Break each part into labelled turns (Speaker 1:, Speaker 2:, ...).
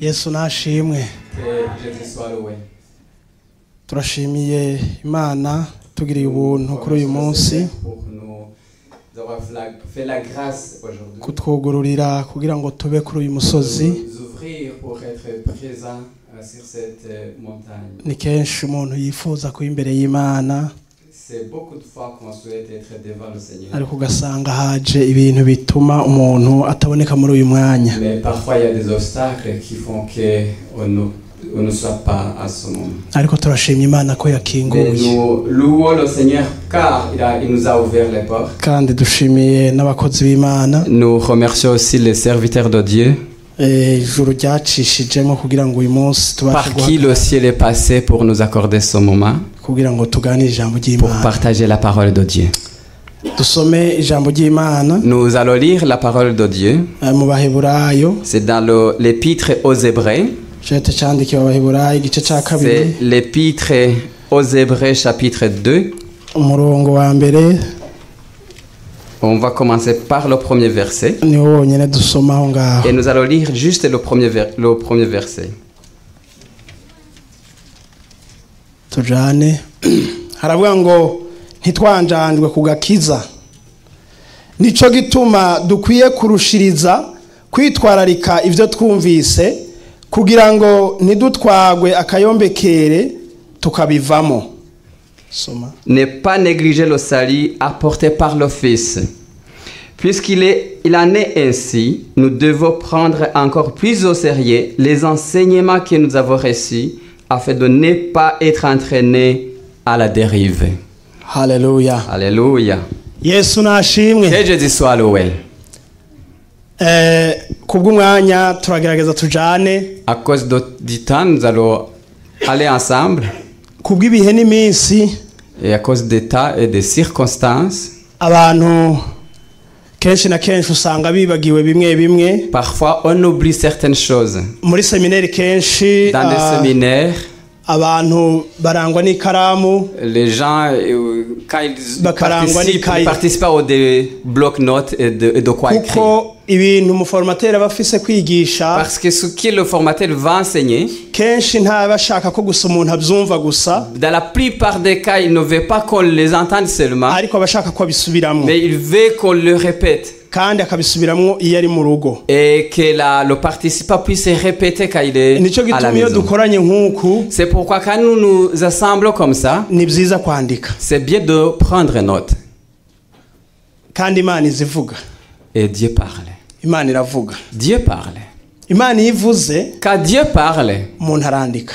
Speaker 1: yesu nashimwe
Speaker 2: jesus waruwe
Speaker 1: turashimiye imana tugiriye ubuntu kuri uyu munsi
Speaker 2: pour nous avoir la- fait la grâce aujourd'hui
Speaker 1: kutwugururira kugira ngo tube kuri uyu musozi
Speaker 2: de nous ouvrir pour être présent euh, sur cette euh, montagne
Speaker 1: ni kenshi umuntu yifuza kuba imbere y'imana
Speaker 2: c'est beaucoup de fois qu'on souhaite être devant le Seigneur
Speaker 1: ariko ugasanga haje ibintu bituma umuntu ataboneka muri uyu mwanya
Speaker 2: mais parfois il y a des obstacles qui font que on ne, on ne soit pas à ce moment
Speaker 1: ariko turashimye imana ko
Speaker 2: mais
Speaker 1: yakinguye
Speaker 2: nous louons le Seigneur car il, a- il nous a ouvert les portes
Speaker 1: kandi dushimiye n'abakozi b'imana
Speaker 2: nous remercions aussi les serviteurs de Dieu
Speaker 1: Eh, ijuru ryacishijemo kugira ngo uyu munsi tubashe
Speaker 2: par qui le ciel est passé pour nous accorder ce moment,
Speaker 1: guha- kugira ngo tuganire ijambo
Speaker 2: pour
Speaker 1: ry'imana
Speaker 2: partager la parole de Dieu.
Speaker 1: dusome ijambo ry'imana
Speaker 2: Nous allons lire la parole de Dieu.
Speaker 1: eh, mu baheburayo
Speaker 2: C'est dans le- l'épître aux Hébreux.
Speaker 1: cyohita cyandikiwe abaheburayo igice cya
Speaker 2: C'est
Speaker 1: kabiri
Speaker 2: l'épître aux Hébreux chapitre 2.
Speaker 1: umurongo wa mbere
Speaker 2: On va commencer par le premier verset.
Speaker 1: niwo wonyine dusoma aho ngaho
Speaker 2: Et nous allons lire juste le premier, ver- le premier verset.
Speaker 1: tujyane haravuga ngo ntitwanjanjwe ku gakiza nicyo gituma dukwiye kurushiriza kwitwararika ibyo twumvise kugira ngo ntidutwagwe akayombekere tukabivamo soma
Speaker 2: ne pas négliger le salut apporté par le Fils. Puisqu'il est- il en est ainsi, nous devons prendre encore plus au sérieux les enseignements que nous avons reçus afin de ne pas être entraînés à la dérive.
Speaker 1: haleluya
Speaker 2: Alléluia.
Speaker 1: yesu nashimwe
Speaker 2: Que Jésus soit loué.
Speaker 1: Eh, kubw'umwanya turagerageza tujyane
Speaker 2: À cause de- du temps, nous allons aller ensemble.
Speaker 1: kubw'ibihe n'iminsi
Speaker 2: Et à cause des temps et des circonstances,
Speaker 1: abantu kenshi na kenshi usanga bibagiwe bimwe bimwe
Speaker 2: parfois on oublie certaines choses.
Speaker 1: muri seminari kenshi
Speaker 2: Dans
Speaker 1: ah,
Speaker 2: des séminaires,
Speaker 1: abantu barangwa n'ikaramu
Speaker 2: les gens, euh, quand ils
Speaker 1: Bah, Karangwa
Speaker 2: participent,
Speaker 1: n'ikayi.
Speaker 2: ils participent au des blocs-notes et de, et de quoi écrire.
Speaker 1: kuko ibintu umuforomateri aba afise kwigisha
Speaker 2: Parce que ce que le formateur va enseigner,
Speaker 1: kenshi ntaba ashaka ko gusa umuntu abyumva gusa
Speaker 2: dans la plupart des cas, il ne veut pas qu'on les entende seulement,
Speaker 1: ariko aba ashaka ko abisubiramo
Speaker 2: Ah. mais il veut qu'on le répète
Speaker 1: kandi akabisubiramo iyo ari mu rugo
Speaker 2: et que la- le participant puisse répéter quand il est
Speaker 1: nicyo
Speaker 2: à la
Speaker 1: gituma iyo
Speaker 2: maison.
Speaker 1: dukoranye nk'uku
Speaker 2: C'est pourquoi quand nous nous assemblons comme ça,
Speaker 1: ni byiza kwandika
Speaker 2: c'est bien de prendre note.
Speaker 1: kandi imana izivuga
Speaker 2: Et Dieu parle.
Speaker 1: imana iravuga
Speaker 2: Dieu parle.
Speaker 1: imana iyo ivuze
Speaker 2: Quand Dieu parle,
Speaker 1: umuntu arandika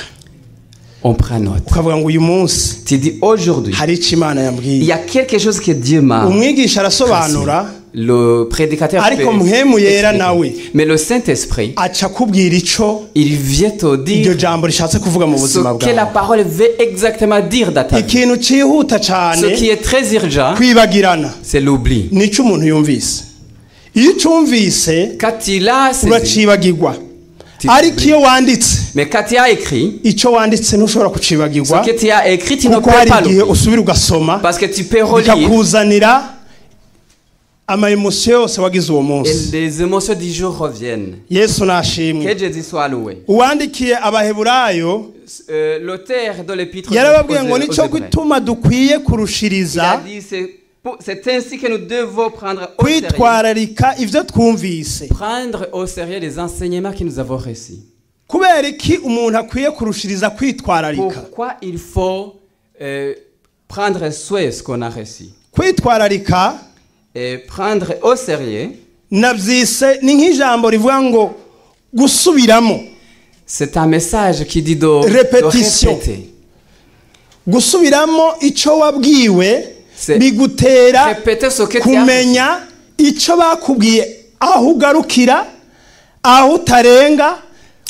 Speaker 2: on prend note.
Speaker 1: ukavuga ngo uyu munsi
Speaker 2: Tu dis aujourd'hui,
Speaker 1: hari icyo imana
Speaker 2: Il y
Speaker 1: yambwiye
Speaker 2: a quelque chose que Dieu m'a.
Speaker 1: umwigisha arasobanura
Speaker 2: Le prédicateur.
Speaker 1: Ariko
Speaker 2: peut
Speaker 1: muhemu yera
Speaker 2: expliquer.
Speaker 1: nawe.
Speaker 2: Mais le Saint-Esprit,
Speaker 1: aca akubwira icyo
Speaker 2: il vient te
Speaker 1: iryo
Speaker 2: dire
Speaker 1: jambo rishatse kuvuga mu buzima
Speaker 2: ce que la
Speaker 1: bwawe
Speaker 2: parole veut exactement dire dans ta vie.
Speaker 1: ikintu cyihuta
Speaker 2: Ce qui
Speaker 1: cyane
Speaker 2: est très urgent,
Speaker 1: kwibagirana
Speaker 2: c'est l'oubli.
Speaker 1: nicyo umuntu yumvise iyo ucyumvise
Speaker 2: Quand il a saisi,
Speaker 1: uracyibagirwa
Speaker 2: Ti-
Speaker 1: ariko iyo wanditse
Speaker 2: mais quand il a écrit,
Speaker 1: icyo wanditse ntushobora
Speaker 2: ce
Speaker 1: kucyibagirwa
Speaker 2: que tu as écrit, tu ne
Speaker 1: kuko
Speaker 2: peux
Speaker 1: hari
Speaker 2: pas
Speaker 1: igihe
Speaker 2: l'oublier.
Speaker 1: usubira ugasoma
Speaker 2: Parce que tu peux relire
Speaker 1: bikakuzanira amaemosiyo yose wagize uwo
Speaker 2: et
Speaker 1: munsi
Speaker 2: les émotions du jour reviennent.
Speaker 1: yesu nashimwe
Speaker 2: Que Jésus soit loué.
Speaker 1: uwandikiye abaheburayo
Speaker 2: Euh, L'auteur de l'épître.
Speaker 1: yarababwiye
Speaker 2: aux-
Speaker 1: ngo
Speaker 2: aux
Speaker 1: nicyo
Speaker 2: Hébreux,
Speaker 1: gutuma dukwiye
Speaker 2: il a
Speaker 1: kurushiriza
Speaker 2: dit, c'est pour- c'est ainsi que nous devons prendre au sérieux
Speaker 1: kwitwararika ibyo twumvise
Speaker 2: prendre au sérieux les enseignements que nous avons reçus.
Speaker 1: kubera iki umuntu akwiye kurushiriza kwitwararika
Speaker 2: Pourquoi il faut euh, prendre soin de ce qu'on a reçu
Speaker 1: kwitwararika
Speaker 2: et prendre au sérieux,
Speaker 1: nabyise ni nk'ijambo rivuga ngo gusubiramo
Speaker 2: c'est un message qui dit de, de
Speaker 1: Répétition.
Speaker 2: répéter.
Speaker 1: gusubiramo icyo wabwiwe
Speaker 2: Se-
Speaker 1: bigutera
Speaker 2: Répéter ce que tu as reçu.
Speaker 1: kumenya icyo bakubwiye aho ugarukira aho utarenga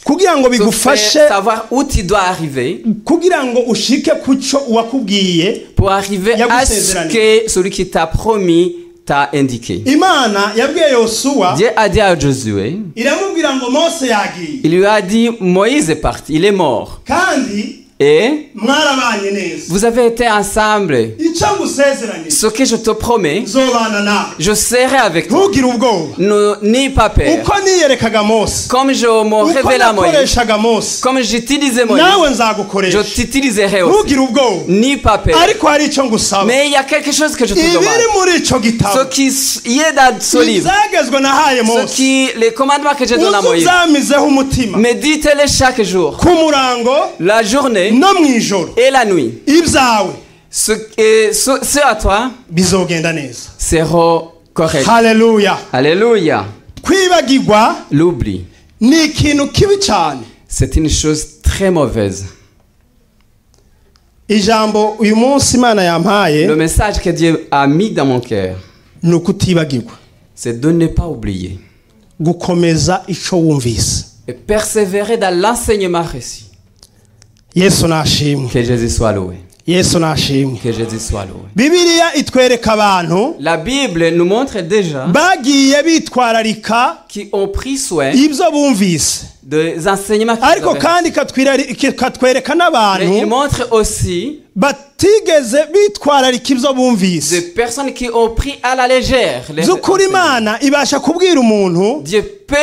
Speaker 1: kugira ngo
Speaker 2: Te
Speaker 1: bigufashe
Speaker 2: faire savoir où tu dois arriver
Speaker 1: kugira ngo ushike ku cyo uwakubwiye
Speaker 2: pour arriver
Speaker 1: Il y a
Speaker 2: à
Speaker 1: vous ces
Speaker 2: ce
Speaker 1: années.
Speaker 2: que celui qui t'a promis t'a indiqué.
Speaker 1: imana yabwiye yosuwa
Speaker 2: Dieu a dit à Josué,
Speaker 1: iramubwira ngo mose yagiye
Speaker 2: il lui a dit Moïse est parti, il est mort.
Speaker 1: kandi
Speaker 2: Et
Speaker 3: mwarabanye neza
Speaker 2: vous avez été ensemble.
Speaker 3: icyo ngusezeranye
Speaker 2: Ce que je te promets,
Speaker 3: nzobana nawe
Speaker 2: je serai avec toi.
Speaker 1: ntugire ubwoba
Speaker 2: Ne- N'aie pas peur.
Speaker 1: uko niyerekaga mose
Speaker 2: Comme je
Speaker 1: uko
Speaker 2: me révèle à Moïse,
Speaker 1: nakoreshaga mose
Speaker 2: comme j'utilisais Moïse,
Speaker 1: nawe
Speaker 2: je
Speaker 1: nzagukoresha
Speaker 2: t'utiliserai aussi.
Speaker 1: ntugire ubwoba
Speaker 2: N'aie pas peur.
Speaker 1: ariko hari icyo ngusaba
Speaker 2: Mais il y a quelque chose que je te
Speaker 1: ibiri
Speaker 2: demande.
Speaker 1: muri icyo
Speaker 2: Ce
Speaker 1: gitabo
Speaker 2: qui s- y est dans ce livre,
Speaker 1: ibyagezwe nahaye
Speaker 2: ce
Speaker 1: mose
Speaker 2: qui, les commandements que je donne à
Speaker 1: uze
Speaker 2: Moïse,
Speaker 1: ubyamizeho umutima
Speaker 2: médite-les chaque jour,
Speaker 1: ku murango
Speaker 2: la journée
Speaker 1: no mu ijoro
Speaker 2: et la nuit.
Speaker 1: ibyawe
Speaker 2: Ce, et ce, ce à toi
Speaker 1: bizogenda neza
Speaker 2: sera correct.
Speaker 1: haleluya
Speaker 2: Alléluia.
Speaker 1: kwibagirwa
Speaker 2: L'oubli,
Speaker 1: ni ikintu kibi cyane
Speaker 2: c'est une chose très mauvaise.
Speaker 1: ijambo uyu munsi imana
Speaker 2: Le
Speaker 1: yampaye
Speaker 2: message que Dieu a mis dans mon cœur,
Speaker 1: ni ukutibagirwa
Speaker 2: c'est de ne pas oublier
Speaker 1: gukomeza icyo wumvise
Speaker 2: et persévérer dans l'enseignement reçu.
Speaker 1: yesu nashimwe
Speaker 2: Que Jésus soit loué.
Speaker 1: yesu nashimwe
Speaker 2: Que Jésus soit loué.
Speaker 1: bibiliya itwereka abantu
Speaker 2: La Bible nous montre déjà
Speaker 1: bagiye bitwararika
Speaker 2: qui ont pris soin
Speaker 1: ibyo bumvise
Speaker 2: des enseignements qu'ils
Speaker 1: ariko
Speaker 2: avaient.
Speaker 1: kandi ikatwirari- ikatwereka
Speaker 2: Mais il
Speaker 1: n'abantu
Speaker 2: montre aussi
Speaker 1: batigeze bitwararika ibyo
Speaker 2: des
Speaker 1: bumvise
Speaker 2: personnes qui ont pris à la légère les
Speaker 1: by'ukuri imana ibasha kubwira umuntu
Speaker 2: Dieu peut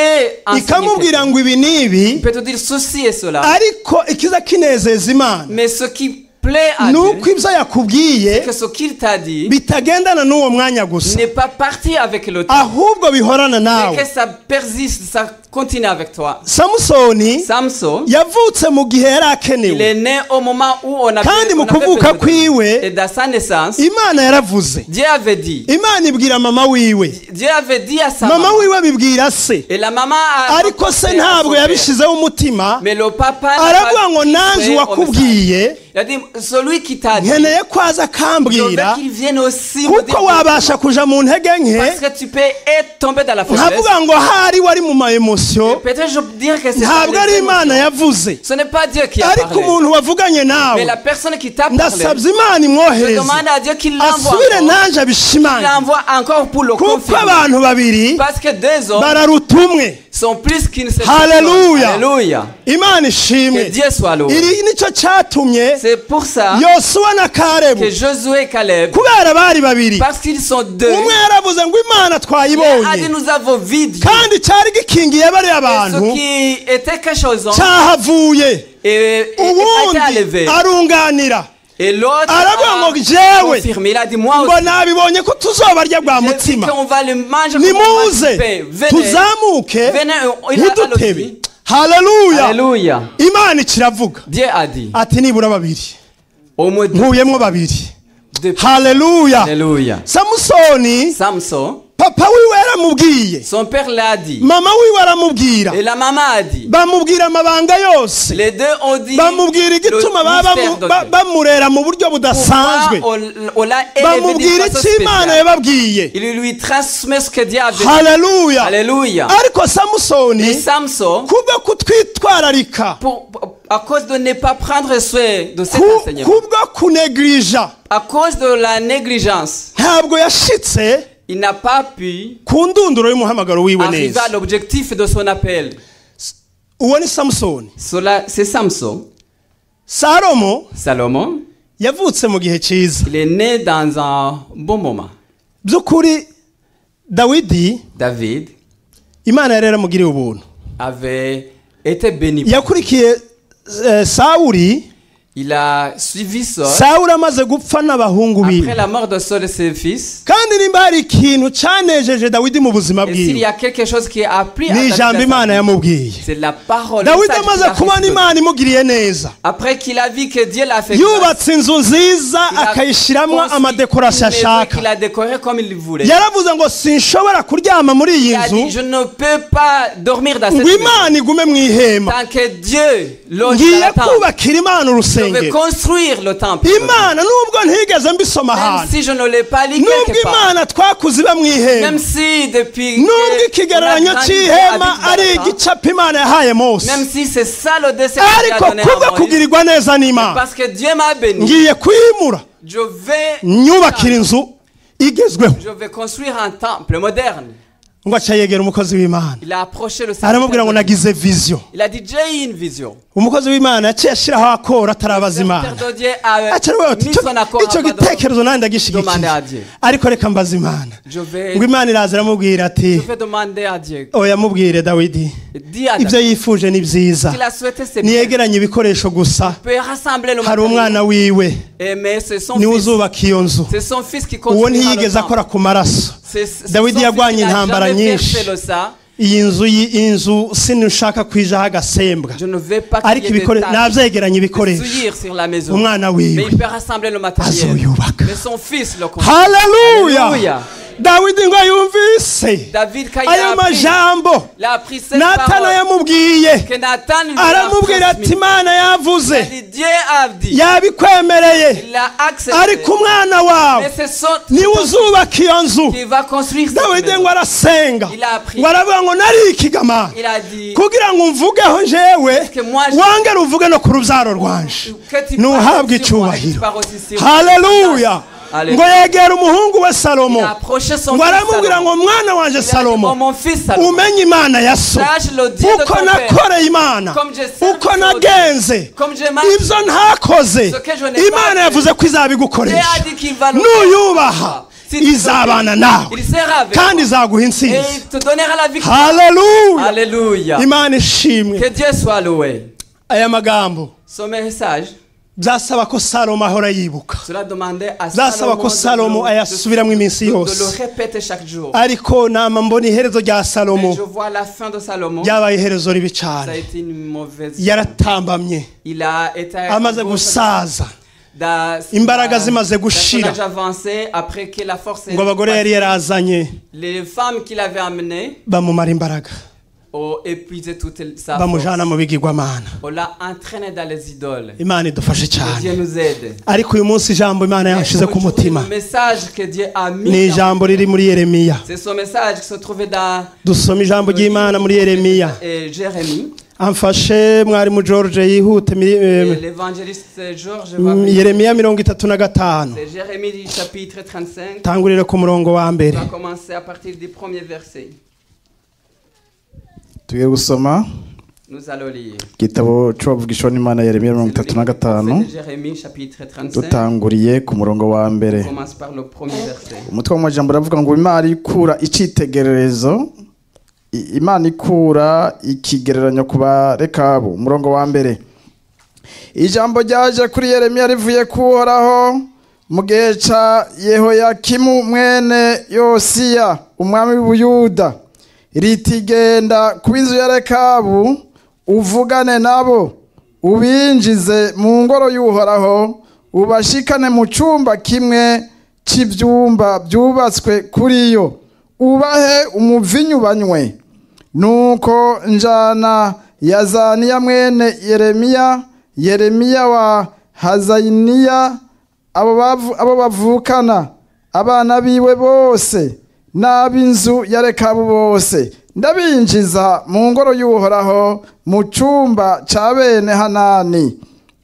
Speaker 2: enseigner.
Speaker 1: ikamubwira ngo ibi ni ibi
Speaker 2: Il peut te dire ceci et cela.
Speaker 1: ariko ikiza kinezeza imana
Speaker 2: Mais ce qui plaît à
Speaker 1: ni
Speaker 2: Dieu,
Speaker 1: uko ibyo yakubwiye
Speaker 2: que ce qu'il t'a dit
Speaker 1: bitagendana n'uwo mwanya gusa
Speaker 2: n'est pas parti avec le temps.
Speaker 1: ahubwo bihorana
Speaker 2: Mais que
Speaker 1: nawe
Speaker 2: ça persiste, ça continue avec toi.
Speaker 1: samusoni
Speaker 2: Samson,
Speaker 1: yavutse mu gihe yari
Speaker 2: il
Speaker 1: akenewe
Speaker 2: est né au moment où on a
Speaker 1: Kandi mu kuvuka kwiwe-
Speaker 2: Et dans sa naissance,
Speaker 1: imana yaravuze
Speaker 2: Dieu avait dit,
Speaker 1: imana ibwira mama wiwe
Speaker 2: Dieu avait dit à sa
Speaker 1: mama
Speaker 2: maman.
Speaker 1: wiwe abibwira se
Speaker 2: Et la maman a
Speaker 1: ariko se ntabwo yabishyizeho umutima
Speaker 2: Mais le papa n'a
Speaker 1: aravuga ngo
Speaker 2: pas
Speaker 1: nanjye
Speaker 2: fait au message.
Speaker 1: uwakubwiye
Speaker 2: Il a dit, celui qui t'a dit,
Speaker 1: nkeneye ko aza
Speaker 2: je veux
Speaker 1: akambwira
Speaker 2: qu'il vienne aussi me
Speaker 1: hein. kuko eh?
Speaker 2: dire-
Speaker 1: wabasha kuja mu ntege nke
Speaker 2: parce que tu peux être tombé dans la faiblesse.
Speaker 1: nkavuga ngo ahari wari mu maemosiyo
Speaker 2: Peut-être je peux dire que c'est pas
Speaker 1: ntabwo ari
Speaker 2: les-
Speaker 1: imana yavuze
Speaker 2: Ce n'est pas Dieu qui a
Speaker 1: ariko
Speaker 2: parlé,
Speaker 1: umuntu wavuganye
Speaker 2: mais la
Speaker 1: nawe
Speaker 2: personne qui t'a parlé.
Speaker 1: ndasabye imana
Speaker 2: Je
Speaker 1: imwohereze
Speaker 2: demande à Dieu qu'il l'envoie.
Speaker 1: asubire
Speaker 2: encore.
Speaker 1: nanjye
Speaker 2: Il
Speaker 1: abishimanye
Speaker 2: l'envoie encore pour le
Speaker 1: kuko
Speaker 2: confirmer.
Speaker 1: abantu babiri
Speaker 2: Parce que deux hommes
Speaker 1: bararuta umwe
Speaker 2: sont plus qu'une seule
Speaker 1: Alléluia.
Speaker 2: personne. Alléluia.
Speaker 1: imana
Speaker 2: Que
Speaker 1: ishimwe
Speaker 2: Dieu soit loué.
Speaker 1: iri nicyo cyatumye
Speaker 2: C'est pour ça
Speaker 1: yosuwa na karebu
Speaker 2: que Josué et Caleb,
Speaker 1: kubera bari babiri
Speaker 2: parce qu'ils sont deux,
Speaker 1: umwe yaravuze ngo imana
Speaker 2: l'un a dit
Speaker 1: twayibonye
Speaker 2: nous avons vu Dieu.
Speaker 1: kandi cyari gikingiye bariya
Speaker 2: Et
Speaker 1: abantu
Speaker 2: ce qui était caché aux hommes
Speaker 1: cyahavuye
Speaker 2: et, et- et a été
Speaker 1: uwundi
Speaker 2: enlevé.
Speaker 1: arunganira
Speaker 2: Et l'autre
Speaker 1: aravuga
Speaker 2: a
Speaker 1: ngo jewe
Speaker 2: confirmé, il a dit moi
Speaker 1: ngo
Speaker 2: aussi,
Speaker 1: nabibonye ko tuzobarya bwa
Speaker 2: je sais
Speaker 1: mutima
Speaker 2: qu'on va le manger comme on va le
Speaker 1: nimuze
Speaker 2: pain. Venez.
Speaker 1: tuzamuke
Speaker 2: Venez, euh, il a-
Speaker 1: nk'udutebe
Speaker 2: allons-y.
Speaker 1: haleluya
Speaker 2: Alléluia.
Speaker 1: imana ikiravuga
Speaker 2: Dieu a dit
Speaker 1: ati nibura babiri
Speaker 2: au moins deux.
Speaker 1: nkuyemwo babiri
Speaker 2: deux-
Speaker 1: haleluya
Speaker 2: Alléluia.
Speaker 1: samusoni
Speaker 2: Samson,
Speaker 1: papa wiwe yaramubwiye
Speaker 2: son père l'a dit.
Speaker 1: mama wiwe aramubwira
Speaker 2: Et la maman a dit.
Speaker 1: bamubwira amabanga yose
Speaker 2: Les deux ont dit.
Speaker 1: bamubwira igituma baba
Speaker 2: mystère de
Speaker 1: ba-
Speaker 2: Dieu.
Speaker 1: bamurera mu buryo
Speaker 2: Pourquoi
Speaker 1: budasanzwe
Speaker 2: on- on l'a élevé d'une
Speaker 1: bamubwira
Speaker 2: façon
Speaker 1: icyo imana
Speaker 2: spéciale.
Speaker 1: yababwiye
Speaker 2: Il lui transmet ce que Dieu avait dit.
Speaker 1: haleluya
Speaker 2: Alléluia.
Speaker 1: ariko samusoni
Speaker 2: Et Samson,
Speaker 1: kubwo kutwitwararika
Speaker 2: pour, pour- à cause de ne pas prendre soin de cet
Speaker 1: ku-
Speaker 2: enseignement,
Speaker 1: kubwo kunegirija
Speaker 2: à cause de la négligence,
Speaker 1: ntabwo yashitse
Speaker 2: il n'a pas pu
Speaker 1: ku ndunduro y'umuhamagaro wiwe
Speaker 2: arriver
Speaker 1: neza
Speaker 2: à l'objectif de son appel.
Speaker 1: uwo ni samusoni
Speaker 2: Cela, c'est Samson.
Speaker 1: salomo
Speaker 2: Salomon,
Speaker 1: yavutse mu gihe cyiza
Speaker 2: il est né dans un bon moment.
Speaker 1: by'ukuri dawidi
Speaker 2: David
Speaker 1: imana yari yaramugiriye ubuntu
Speaker 2: avait été béni.
Speaker 1: yakurikiye eh, sawuri
Speaker 2: Il a suivi Saul.
Speaker 1: sawuri amaze gupfa n'abahungu
Speaker 2: Après
Speaker 1: biwe
Speaker 2: la mort de Saul et ses fils,
Speaker 1: kandi nimba hari ikintu cyanejeje dawidi mu buzima
Speaker 2: et s'il y
Speaker 1: bwiwe
Speaker 2: a quelque chose qui a appris à
Speaker 1: ni hein. ijambo
Speaker 2: David à sa
Speaker 1: imana
Speaker 2: vie,
Speaker 1: yamubwiye
Speaker 2: c'est la parole. le
Speaker 1: dawidi
Speaker 2: message qu'il
Speaker 1: amaze
Speaker 2: a
Speaker 1: kubona
Speaker 2: reçu de-
Speaker 1: imana imugiriye neza
Speaker 2: Après qu'il a vu que Dieu l'a fait grâce,
Speaker 1: yubatse inzu nziza
Speaker 2: il a
Speaker 1: akayishyiramo
Speaker 2: construit
Speaker 1: amadekorasiyo
Speaker 2: une maison qu'il
Speaker 1: ashaka
Speaker 2: a décorée comme il voulait.
Speaker 1: yaravuze ngo sinshobora kuryama muri iyi
Speaker 2: Il a dit,
Speaker 1: nzu
Speaker 2: je ne peux pas dormir dans cette
Speaker 1: ngo
Speaker 2: maison.
Speaker 1: imana igume mu ihema
Speaker 2: Tant que Dieu loge dans
Speaker 1: ngiye
Speaker 2: la tente,
Speaker 1: kubakira imana
Speaker 2: je vais
Speaker 1: urusengero
Speaker 2: construire le temple.
Speaker 1: imana nubwo ntigeze mbisoma
Speaker 2: Même
Speaker 1: ahantu
Speaker 2: si je ne l'ai pas lu
Speaker 1: nubwo
Speaker 2: quelque part.
Speaker 1: imana twakuze iba mu
Speaker 2: Même
Speaker 1: ihema
Speaker 2: si depuis
Speaker 1: nubwo
Speaker 2: que on
Speaker 1: ikigereranyo
Speaker 2: a grandi,
Speaker 1: cy'ihema
Speaker 2: habite dans
Speaker 1: ari
Speaker 2: le temple,
Speaker 1: igicapo imana yahaye mose
Speaker 2: Même si c'est ça le dessin que Dieu a
Speaker 1: ariko
Speaker 2: donné
Speaker 1: kubwo
Speaker 2: à Moïse.
Speaker 1: kugirirwa neza n'imana
Speaker 2: Parce que Dieu m'a béni.
Speaker 1: ngiye kwimura
Speaker 2: Je vais,
Speaker 1: nyubakira inzu igezweho
Speaker 2: je vais construire un temple moderne.
Speaker 1: ngo aca yegera umukozi w'imana
Speaker 2: Il a approché le
Speaker 1: aramubwira ngo
Speaker 2: serviteur.
Speaker 1: nagize viziyo
Speaker 2: Il a dit J'ai une vision.
Speaker 1: umukozi w'imana yaciye ashyiraho akora atarabaza imana
Speaker 2: Serviteur de Dieu a euh,
Speaker 1: aca aravuga ati
Speaker 2: mis
Speaker 1: "Cyo-
Speaker 2: son accord
Speaker 1: icyo
Speaker 2: avant de-
Speaker 1: gitekerezo nanjye
Speaker 2: Demandez à
Speaker 1: ndagishyigikiye
Speaker 2: Dieu.
Speaker 1: ariko reka mbaza imana
Speaker 2: Je vais,
Speaker 1: ngo imana iraza iramubwira
Speaker 2: je
Speaker 1: ati
Speaker 2: vais demander à Dieu.
Speaker 1: oya mubwire dawidi
Speaker 2: Dis à
Speaker 1: ibyo
Speaker 2: Dieu.
Speaker 1: yifuje ni byiza
Speaker 2: S'il a souhaité, c'est bien.
Speaker 1: ntiyegeranye ibikoresho gusa
Speaker 2: peut rassembler le
Speaker 1: hari
Speaker 2: matériel.
Speaker 1: umwana wiwe
Speaker 2: Et mais c'est son
Speaker 1: niwe
Speaker 2: fils.
Speaker 1: uzubaka iyo nzu
Speaker 2: C'est son fils qui
Speaker 1: uwo
Speaker 2: construira le
Speaker 1: ntiyigeze
Speaker 2: temple.
Speaker 1: akora ku maraso
Speaker 2: C'est- c'est son
Speaker 1: dawidi
Speaker 2: fils
Speaker 1: yarwanye
Speaker 2: qui n'a
Speaker 1: intambara
Speaker 2: jamais
Speaker 1: nyinshi
Speaker 2: percé le ça.
Speaker 1: iyi nzu yi- iyi nzu sinushaka kwijaho agasembwa
Speaker 2: Je ne vais pas
Speaker 1: ariko
Speaker 2: qu'il y ait des
Speaker 1: ibikoresho
Speaker 2: taches,
Speaker 1: nabyegeranye
Speaker 2: de
Speaker 1: ibikoresho
Speaker 2: souillures sur la maison.
Speaker 1: umwana
Speaker 2: Mais
Speaker 1: wiwe
Speaker 2: il peut rassembler le matériel.
Speaker 1: azoyubaka
Speaker 2: Mais son fils le construit.
Speaker 1: haleluya
Speaker 2: Hallelujah.
Speaker 1: dawidi ngo yumvise
Speaker 2: David, quand il a
Speaker 1: ayo
Speaker 2: appris,
Speaker 1: majambo
Speaker 2: il a appris cette
Speaker 1: natana
Speaker 2: parole
Speaker 1: yamubwiye
Speaker 2: que Nathan lui a
Speaker 1: aramubwira ati
Speaker 2: transmise.
Speaker 1: imana
Speaker 2: Il a
Speaker 1: yavuze
Speaker 2: dit, Dieu a dit.
Speaker 1: yabikwemereye
Speaker 2: Il l'a accepté.
Speaker 1: ariko umwana wawe
Speaker 2: Mais c'est son
Speaker 1: niwe uzubaka iyo nzu
Speaker 2: qui va construire cette
Speaker 1: dawidi
Speaker 2: maison.
Speaker 1: ngo arasenga
Speaker 2: Il a appris.
Speaker 1: ngo aravuga ngo nari ikigamana
Speaker 2: Il a dit
Speaker 1: kugira ngo umvugeho njyewe
Speaker 2: que moi je-
Speaker 1: wangere uvuge no ku rubyaro rwanje
Speaker 2: que tu parles
Speaker 1: ntuhabwe
Speaker 2: sur moi, que tu
Speaker 1: icyubahiro
Speaker 2: parles aussi sur moi.
Speaker 1: haleluya
Speaker 2: Hallelujah.
Speaker 1: ngo yegera umuhungu we salomo
Speaker 2: Il a approché son
Speaker 1: ngo
Speaker 2: fils
Speaker 1: aramubwira
Speaker 2: Salomo.
Speaker 1: ngo mwana wanjye
Speaker 2: Il a dit, Oh,
Speaker 1: salomo
Speaker 2: mon fils Salomon,
Speaker 1: umenye imana ya so
Speaker 2: sache le Dieu de
Speaker 1: uko
Speaker 2: ton père.
Speaker 1: nakoreye imana
Speaker 2: Comme je sais
Speaker 1: uko
Speaker 2: que je
Speaker 1: nagenze
Speaker 2: Comme j'ai marché,
Speaker 1: ibyo ntakoze
Speaker 2: Ce que je n'ai pas
Speaker 1: imana
Speaker 2: fait.
Speaker 1: yavuze ko
Speaker 2: Dieu
Speaker 1: izabigukoresha
Speaker 2: a dit qu'il va le
Speaker 1: nuyubaha
Speaker 2: Si tu
Speaker 1: izabana nawe
Speaker 2: Il sera avec
Speaker 1: kandi
Speaker 2: toi.
Speaker 1: izaguha
Speaker 2: Et
Speaker 1: intsinzi
Speaker 2: il te donnera la victoire.
Speaker 1: haleluya
Speaker 2: Alléluia.
Speaker 1: imana ishimwe
Speaker 2: Que Dieu soit loué.
Speaker 1: aya magambo
Speaker 2: Ce message,
Speaker 1: byasaba ko salomo ahora yibuka
Speaker 2: cela demandait à
Speaker 1: byasaba ko
Speaker 2: Salomon
Speaker 1: salomo
Speaker 2: de, le-
Speaker 1: ayasubiramo iminsi
Speaker 2: de- de
Speaker 1: yose
Speaker 2: le répéter chaque jour.
Speaker 1: ariko nama mbona iherezo rya
Speaker 2: Et je
Speaker 1: salomo
Speaker 2: vois la fin de Salomon.
Speaker 1: ryabaye iherezo ribi
Speaker 2: Ça a
Speaker 1: cyane
Speaker 2: été une mauvaise.
Speaker 1: yaratambamye
Speaker 2: Il a été.
Speaker 1: amaze gusaza
Speaker 2: Da-
Speaker 1: Imbaraga zimaze
Speaker 2: da-
Speaker 1: gushira.
Speaker 2: son âge avancé, après que la force est-
Speaker 1: ngo abagore yari yarazanye
Speaker 2: les femmes qu'il avait amenées
Speaker 1: bamumara imbaraga
Speaker 2: ont épuisé toute sa force.
Speaker 1: bamujana mu bigirwamana
Speaker 2: On l'a entraîné dans les idoles.
Speaker 1: imana idufashe
Speaker 2: Que Dieu
Speaker 1: cyane
Speaker 2: nous aide.
Speaker 1: ariko uyu munsi ijambo imana yanshize ku mutima
Speaker 2: Le message que Dieu a
Speaker 1: ni
Speaker 2: mis. dans-
Speaker 1: ijambo riri muri yeremiya
Speaker 2: C'est son message qui se trouvait dans
Speaker 1: dusoma ijambo ry'imana muri yeremiya
Speaker 2: euh, Jérémie.
Speaker 1: amfashe mwarimu george yihute miri-
Speaker 2: Et
Speaker 1: eh,
Speaker 2: L'évangéliste euh, Georges va
Speaker 1: mm, yeremiya mirongo itatu na gatanu
Speaker 2: C'est Jérémie du chapitre 35.
Speaker 1: tangurire ku murongo wa
Speaker 2: On
Speaker 1: mbere
Speaker 2: va commencer à partir du premier verset.
Speaker 4: tugiye gusoma
Speaker 2: Nous allons lire.
Speaker 4: igitabo cy'uwavugishwa n'imana yeremiya mirongo
Speaker 2: C'est le
Speaker 4: itatu
Speaker 2: livre
Speaker 4: na
Speaker 2: du prophète
Speaker 4: gatanu
Speaker 2: Jérémie chapitre 35.
Speaker 4: dutanguriye ku murongo wa mbere
Speaker 2: On commence par le premier verset.
Speaker 4: umutwe w'amajambo uravuga ngo imana ikura icyitegererezo I- imana ikura ikigereranyo ku barekabu umurongo wa mbere ijambo ryaje kuri yeremiya rivuye ku uhoraho mu gihe cya yehoyakimu mwene yosiya umwami w'ubuyuda ritigenda ku inzu ya rekabu uvugane nabo ubinjize mu ngoro y'uhoraho ubashikane mu cyumba kimwe cy'ibyumba byubatswe kuri yo ubahe umuvinyu banywe nuko njana yazaniya mwene yeremiya yeremiya wa hazayiniya abo bavu- abo bavukana abana biwe bose n'ab'inzu ya rekabu bose ndabinjiza mu ngoro y'uhoraho mu cyumba cya bene hanani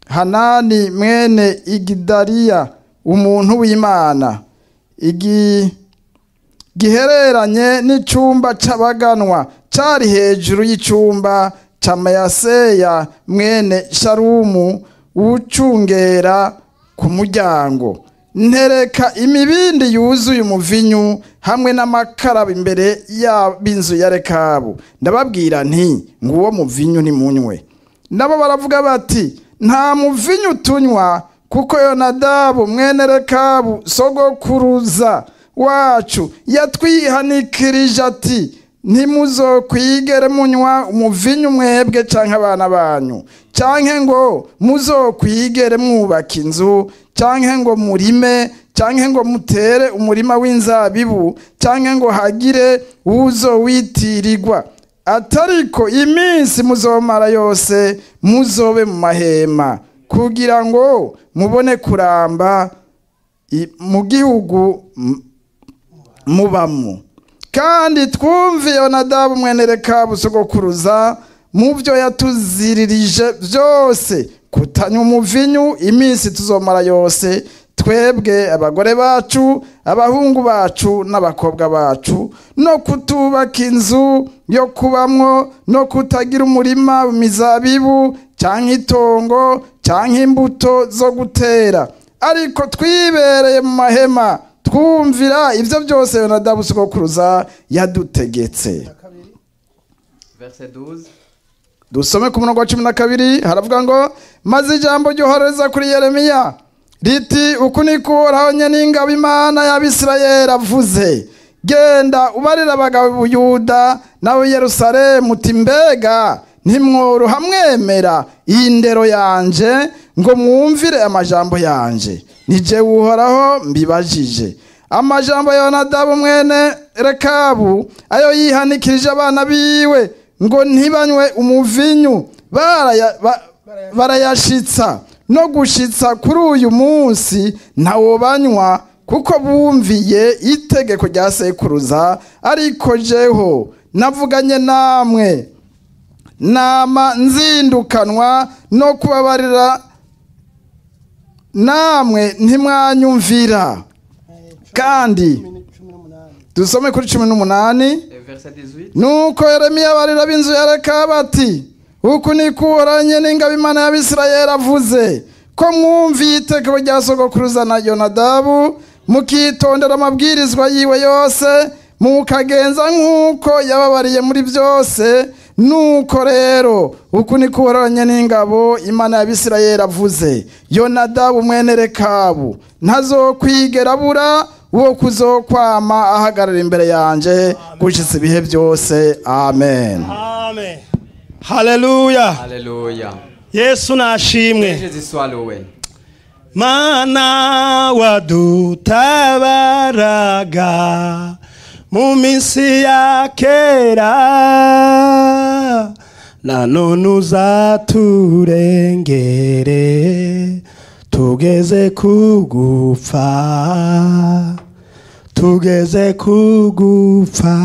Speaker 4: hanani mwene igidariya umuntu w'imana igi gihereranye n'icyumba cy'abaganwa cyari hejuru y'icyumba cya mayaseya mwene sharumu ucungera ku muryango ntereka imibindi yuzuye umuvinyu hamwe n'amakarabu imbere y'ab'inzu ya rekabu ndababwira nti nguwo muvinyu ntimunywe nabo baravuga bati nta muvinyu tunywa kuko yonadabu mwene rekabu sogokuruza wacu yatwihanikirije ati ntimuzokwigere munywa umuvinyu mwebwe cyangwa abana banyu cyangwa ngo muzokwigere mwubaka inzu cyangwa ngo murime cyangwa ngo mutere umurima w'inzabibu cyangwa ngo hagire uzowitirirwa atariko iminsi muzomara yose muzobe mu mahema kugira ngo mubone kuramba i- mu gihugu m- mubamo kandi twumve yonadabu mwene rekabu sogokuruza mu byo yatuziririje byose kutanywa umuvinyu iminsi tuzomara yose twebwe abagore bacu abahungu bacu n'abakobwa bacu no kutubaka inzu yo kubamwo no kutagira umurima mizabibu cyangwa itongo cyangwa imbuto zo gutera ariko twibereye mu mahema twumvira ibyo byose yonadabu sogokuruza yadutegetse
Speaker 2: Verset 12.
Speaker 4: dusome ku murongo wa cumi na kabiri haravuga ngo maze ijambo ryohereza kuri yeremiya riti uku niko uhoraho nyeningabo imana y'abisirayeli avuze genda ubarira abagabo i buyuda nawe yerusalemu uti mbega ntimworoha mwemera iyi ndero yanje ngo mwumvire amajambo yanje nije uhoraho mbibajije amajambo ya yonadabu mwene rekabu ayo yihanikirije abana biwe ngo ntibanywe umuvinyu baraya- ba- barayashitsa no gushitsa kuri uyu munsi ntawo banywa kuko bumviye itegeko rya sekuruza ariko jeho navuganye namwe nama nzindukanwa no kubabarira namwe ntimwanyumvira kandi dusome kuri cumi n'umunani
Speaker 2: Et verset 18.
Speaker 4: nuko yeremiya barira b'inzu ya rekaba ati uku niko uhoranyi n'ingabo imana y'abisirayeli avuze ko mwumviye itegeko rya sogokuruza na yonadabu mukitondera amabwirizwa yiwe yose mukagenza nk'uko yababariye muri byose nuko rero uku niko uhoranyi n'ingabo imana y'abisirayeli avuze yonadabu mwene rekabu ntazokwigera abura wo kuzokwama ahagarara imbere yanjye gushyitsa ibihe byose amen
Speaker 1: amen haleluya
Speaker 2: Alléluia.
Speaker 1: yesu
Speaker 2: Que
Speaker 1: nashimwe
Speaker 2: Jésus soit loué.
Speaker 1: mana wadutabaraga mu minsi ya kera na none uzaturengere tugeze kugupfa tugeze kugupfa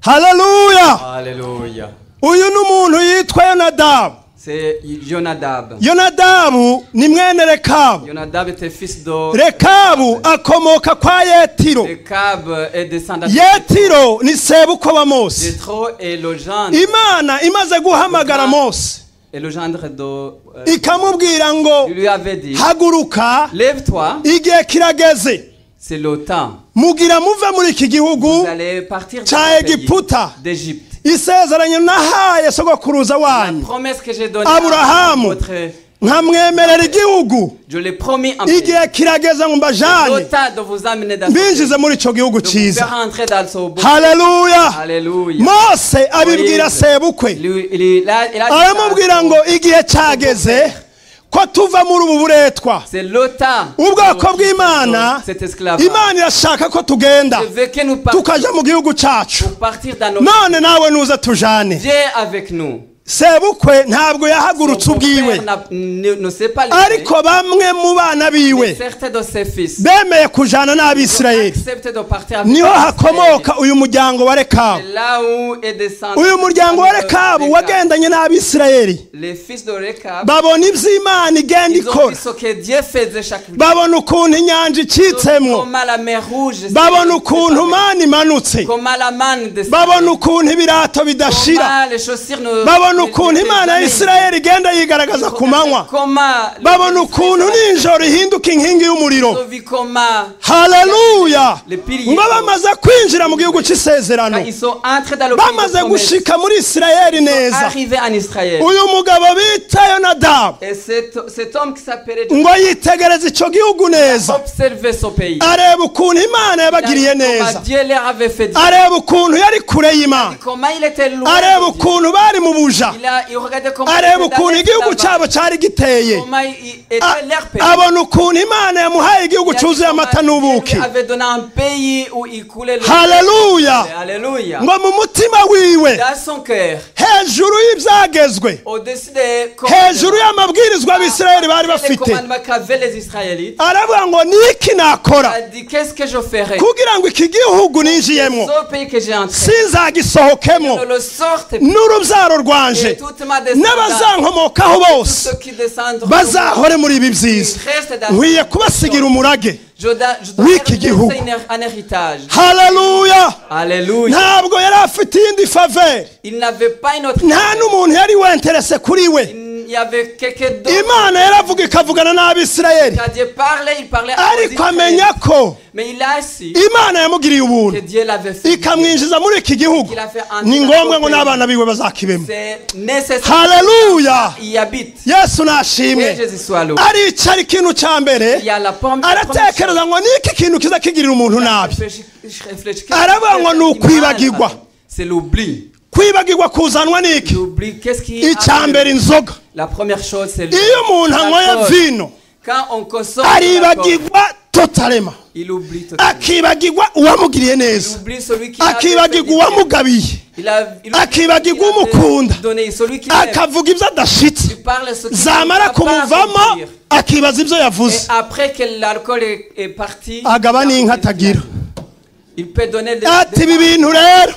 Speaker 1: haleluya
Speaker 2: Alléluia.
Speaker 1: uyu ni umuntu yitwa yonadabu
Speaker 2: C'est Jonadab.
Speaker 1: yonadabu ni mwene rekabu
Speaker 2: Jonadab était fils de
Speaker 1: rekabu akomoka kwa yetiro
Speaker 2: Rekab et descendant
Speaker 1: yetiro ni sebukwe wa mose
Speaker 2: Jétro et le gendre
Speaker 1: imana imaze guhamagara mose
Speaker 2: et le gendre de euh,
Speaker 1: ikamubwira ngo
Speaker 2: il lui avait dit
Speaker 1: haguruka
Speaker 2: lève-toi
Speaker 1: igihe kirageze
Speaker 2: c'est le temps
Speaker 1: mugira muve muri iki
Speaker 2: vous
Speaker 1: gihugu
Speaker 2: allez partir de
Speaker 1: Cha
Speaker 2: ce pays,
Speaker 1: Egiputa.
Speaker 2: d'Égypte
Speaker 1: isezeranyo nahaye sogokuruza
Speaker 2: la
Speaker 1: wanyu
Speaker 2: promesse que j'ai donnée
Speaker 1: Abraham.
Speaker 2: à votre
Speaker 1: nkamwemerera igihugu
Speaker 2: je l'ai promis en
Speaker 1: igihe kirageze ngo mbajane
Speaker 2: le temps de vous amener dans ce pays,
Speaker 1: mbinjize muri icyo gihugu
Speaker 2: de vous faire
Speaker 1: cyiza
Speaker 2: entrer dans ce beau
Speaker 1: haleluya
Speaker 2: Alléluia
Speaker 1: mose abibwira
Speaker 2: Moïse,
Speaker 1: sebukwe
Speaker 2: lui- il- il a- il a dit
Speaker 1: aramubwira
Speaker 2: ça.
Speaker 1: ngo igihe cyageze ko tuva muri ubu buretwa
Speaker 2: c'est le temps
Speaker 1: ubwoko bw'imana
Speaker 2: cet esclavage
Speaker 1: imana irashaka ko tugenda
Speaker 2: je veux que nous par-
Speaker 1: tukaja mu gihugu cyacu
Speaker 2: partir dans nos
Speaker 1: none nawe nuza tujane
Speaker 2: Viens avec nous
Speaker 1: sebukwe ntabwo
Speaker 2: Son
Speaker 1: yahagurutse ubwiwe
Speaker 2: beau-père n'a- ne, ne sait pas l'aimer,
Speaker 1: ariko bamwe mu bana
Speaker 2: mais
Speaker 1: biwe
Speaker 2: certains de ses fils
Speaker 1: bemeye kujana n'abisirayeli
Speaker 2: acceptent de partir avec
Speaker 1: niho
Speaker 2: Israël.
Speaker 1: hakomoka uyu muryango wa rekabu
Speaker 2: C'est là où est descendu
Speaker 1: uyu muryango wa
Speaker 2: le-
Speaker 1: rekabu
Speaker 2: Rekab.
Speaker 1: wagendanye n'abisirayeli
Speaker 2: les fils de Rekab
Speaker 1: babona iby'imana igenda
Speaker 2: ils ont vu
Speaker 1: ikora
Speaker 2: ce que Dieu faisait chaque jour
Speaker 1: babona ukuntu inyanja
Speaker 2: Ils ont vu
Speaker 1: icitsemwo
Speaker 2: comment la mer rouge s'est-
Speaker 1: babona ukuntu mani imanutse
Speaker 2: comment la manne descendait,
Speaker 1: babona ukuntu ibirato bidashira
Speaker 2: comment les chaussures ne
Speaker 1: babona
Speaker 2: ne-
Speaker 1: ukuntu
Speaker 2: ne-
Speaker 1: imana ya
Speaker 2: ne-
Speaker 1: isirayeli igenda yigaragaza ku manywa
Speaker 2: Comment le-
Speaker 1: babona ukuntu nijoro ihinduka inkingi
Speaker 2: Ils ont
Speaker 1: y'umuriro
Speaker 2: vu comment
Speaker 1: haleluya
Speaker 2: Les piliers.
Speaker 1: ngo bamaze kwinjira mu gihugu
Speaker 2: quand
Speaker 1: cy'isezerano
Speaker 2: ils sont entrés dans le pays de
Speaker 1: bamaze
Speaker 2: promesse,
Speaker 1: gushika muri isirayeli neza
Speaker 2: arrivés en Israël
Speaker 1: uyu mugabo bita yonadabu
Speaker 2: Et cet, cet homme qui s'appelait
Speaker 1: ngo yitegereze icyo gihugu neza
Speaker 2: observait son pays.
Speaker 1: areba ukuntu imana yabagiriye
Speaker 2: Comment
Speaker 1: neza
Speaker 2: Dieu leur avait fait dire.
Speaker 1: areba ukuntu yari kure y'imana
Speaker 2: Comment il était loin.
Speaker 1: areba
Speaker 2: de Dieu.
Speaker 1: ukuntu bari mu buja
Speaker 2: Il, a, il regardait comment
Speaker 1: areba
Speaker 2: était
Speaker 1: ukuntu
Speaker 2: dans
Speaker 1: igihugu
Speaker 2: l'esclavage.
Speaker 1: cyabo cyari giteye
Speaker 2: Comment il
Speaker 1: A-
Speaker 2: était leur pays.
Speaker 1: abona ukuntu imana yamuhaye igihugu
Speaker 2: Il a dit
Speaker 1: cyuzuye
Speaker 2: comment
Speaker 1: amata
Speaker 2: Dieu
Speaker 1: n'ubuki
Speaker 2: lui avait donné un pays où il coulait le
Speaker 1: haleluya
Speaker 2: Alléluia.
Speaker 1: ngo mu mutima wiwe
Speaker 2: Dans son cœur,
Speaker 1: hejuru y'ibyagezwe
Speaker 2: Au-dessus des
Speaker 1: hejuru y'amabwirizwa abisirayeli bari
Speaker 2: les
Speaker 1: bafite
Speaker 2: commandements qu'avaient les Israélites,
Speaker 1: aravuga ngo niki nakora
Speaker 2: a dit qu'est-ce que je ferai
Speaker 1: kugira ngo iki gihugu ninjiyemo
Speaker 2: Sauf pays que j'ai entré,
Speaker 1: sinzagisohokemo
Speaker 2: ne le sorte
Speaker 1: n'urubyaro rwanje
Speaker 2: et toute ma descendance,
Speaker 1: n'abazankomokaho
Speaker 2: tous
Speaker 1: bose
Speaker 2: ceux qui descendront,
Speaker 1: bazahore muri ibi byiza
Speaker 2: ils restent dans
Speaker 1: nkwiye kubasigira umurage
Speaker 2: Je da- je
Speaker 1: Oui,
Speaker 2: dois
Speaker 1: qui dit
Speaker 2: faire
Speaker 1: où?
Speaker 2: de Seigneur un héritage.
Speaker 1: hararuya
Speaker 2: Alléluia.
Speaker 1: ntabwo yari afite iyindi faveri
Speaker 2: Il n'avait pas une autre.
Speaker 1: nta n'umuntu yari wenterese kuri we
Speaker 2: Il y avait quelqu'un d'autre
Speaker 1: imana yaravuga ikavugana n'abisirayeli
Speaker 2: qui a Dieu parlait, il parlait à
Speaker 1: ariko
Speaker 2: Moïse.
Speaker 1: amenya ko
Speaker 2: Mais il a su
Speaker 1: imana yamugiriye
Speaker 2: que
Speaker 1: ubuntu
Speaker 2: Dieu l'avait fait.
Speaker 1: ikamwinjiza muri iki gihugu ni ngombwa ngo n'abana biwe bazakibemo
Speaker 2: C'est nécessaire.
Speaker 1: hararuya
Speaker 2: Il y habite.
Speaker 1: yesu
Speaker 2: Que
Speaker 1: nashimwe
Speaker 2: Jésus soit loué.
Speaker 1: aricara ikintu cya mbere
Speaker 2: Il y a la pomme.
Speaker 1: aratekereza ngo niki kintu kiza kigirira umuntu nabi Aravuga ngo ni ukwibagirwa.
Speaker 2: C'est l'oubli.
Speaker 1: kwibagirwa kuzanwa n'iki
Speaker 2: L'oubli, qu'est-ce qui.
Speaker 1: icya mbere inzoga
Speaker 2: La première chose, c'est le-
Speaker 1: iyo umuntu
Speaker 2: la
Speaker 1: anyweye
Speaker 2: cause.
Speaker 1: vino
Speaker 2: Quand on consomme. la cause,
Speaker 1: aribagirwa totarema
Speaker 2: Il oublie tout.
Speaker 1: akibagirwa uwamugiriye neza
Speaker 2: Il oublie celui qui l'a fait
Speaker 1: akibagirwa
Speaker 2: du bien.
Speaker 1: uwamugabiye
Speaker 2: Il a- il
Speaker 1: Ah,
Speaker 2: oublie
Speaker 1: qui va
Speaker 2: celui
Speaker 1: dire
Speaker 2: qui l'a
Speaker 1: Gumukunda.
Speaker 2: donné, celui qui l'aime.
Speaker 1: akavuga ibyo adashitse
Speaker 2: Tu parles à ceux qui
Speaker 1: zamara
Speaker 2: ne savent pas
Speaker 1: kumuvamo
Speaker 2: accomplir.
Speaker 1: akibaza ibyo
Speaker 2: Et
Speaker 1: yavuze
Speaker 2: après que l'alcool est, est parti,
Speaker 1: agaba
Speaker 2: il a-
Speaker 1: n'inka atagira
Speaker 2: il peut donner des,
Speaker 1: ati ibi
Speaker 2: des-
Speaker 1: bintu rero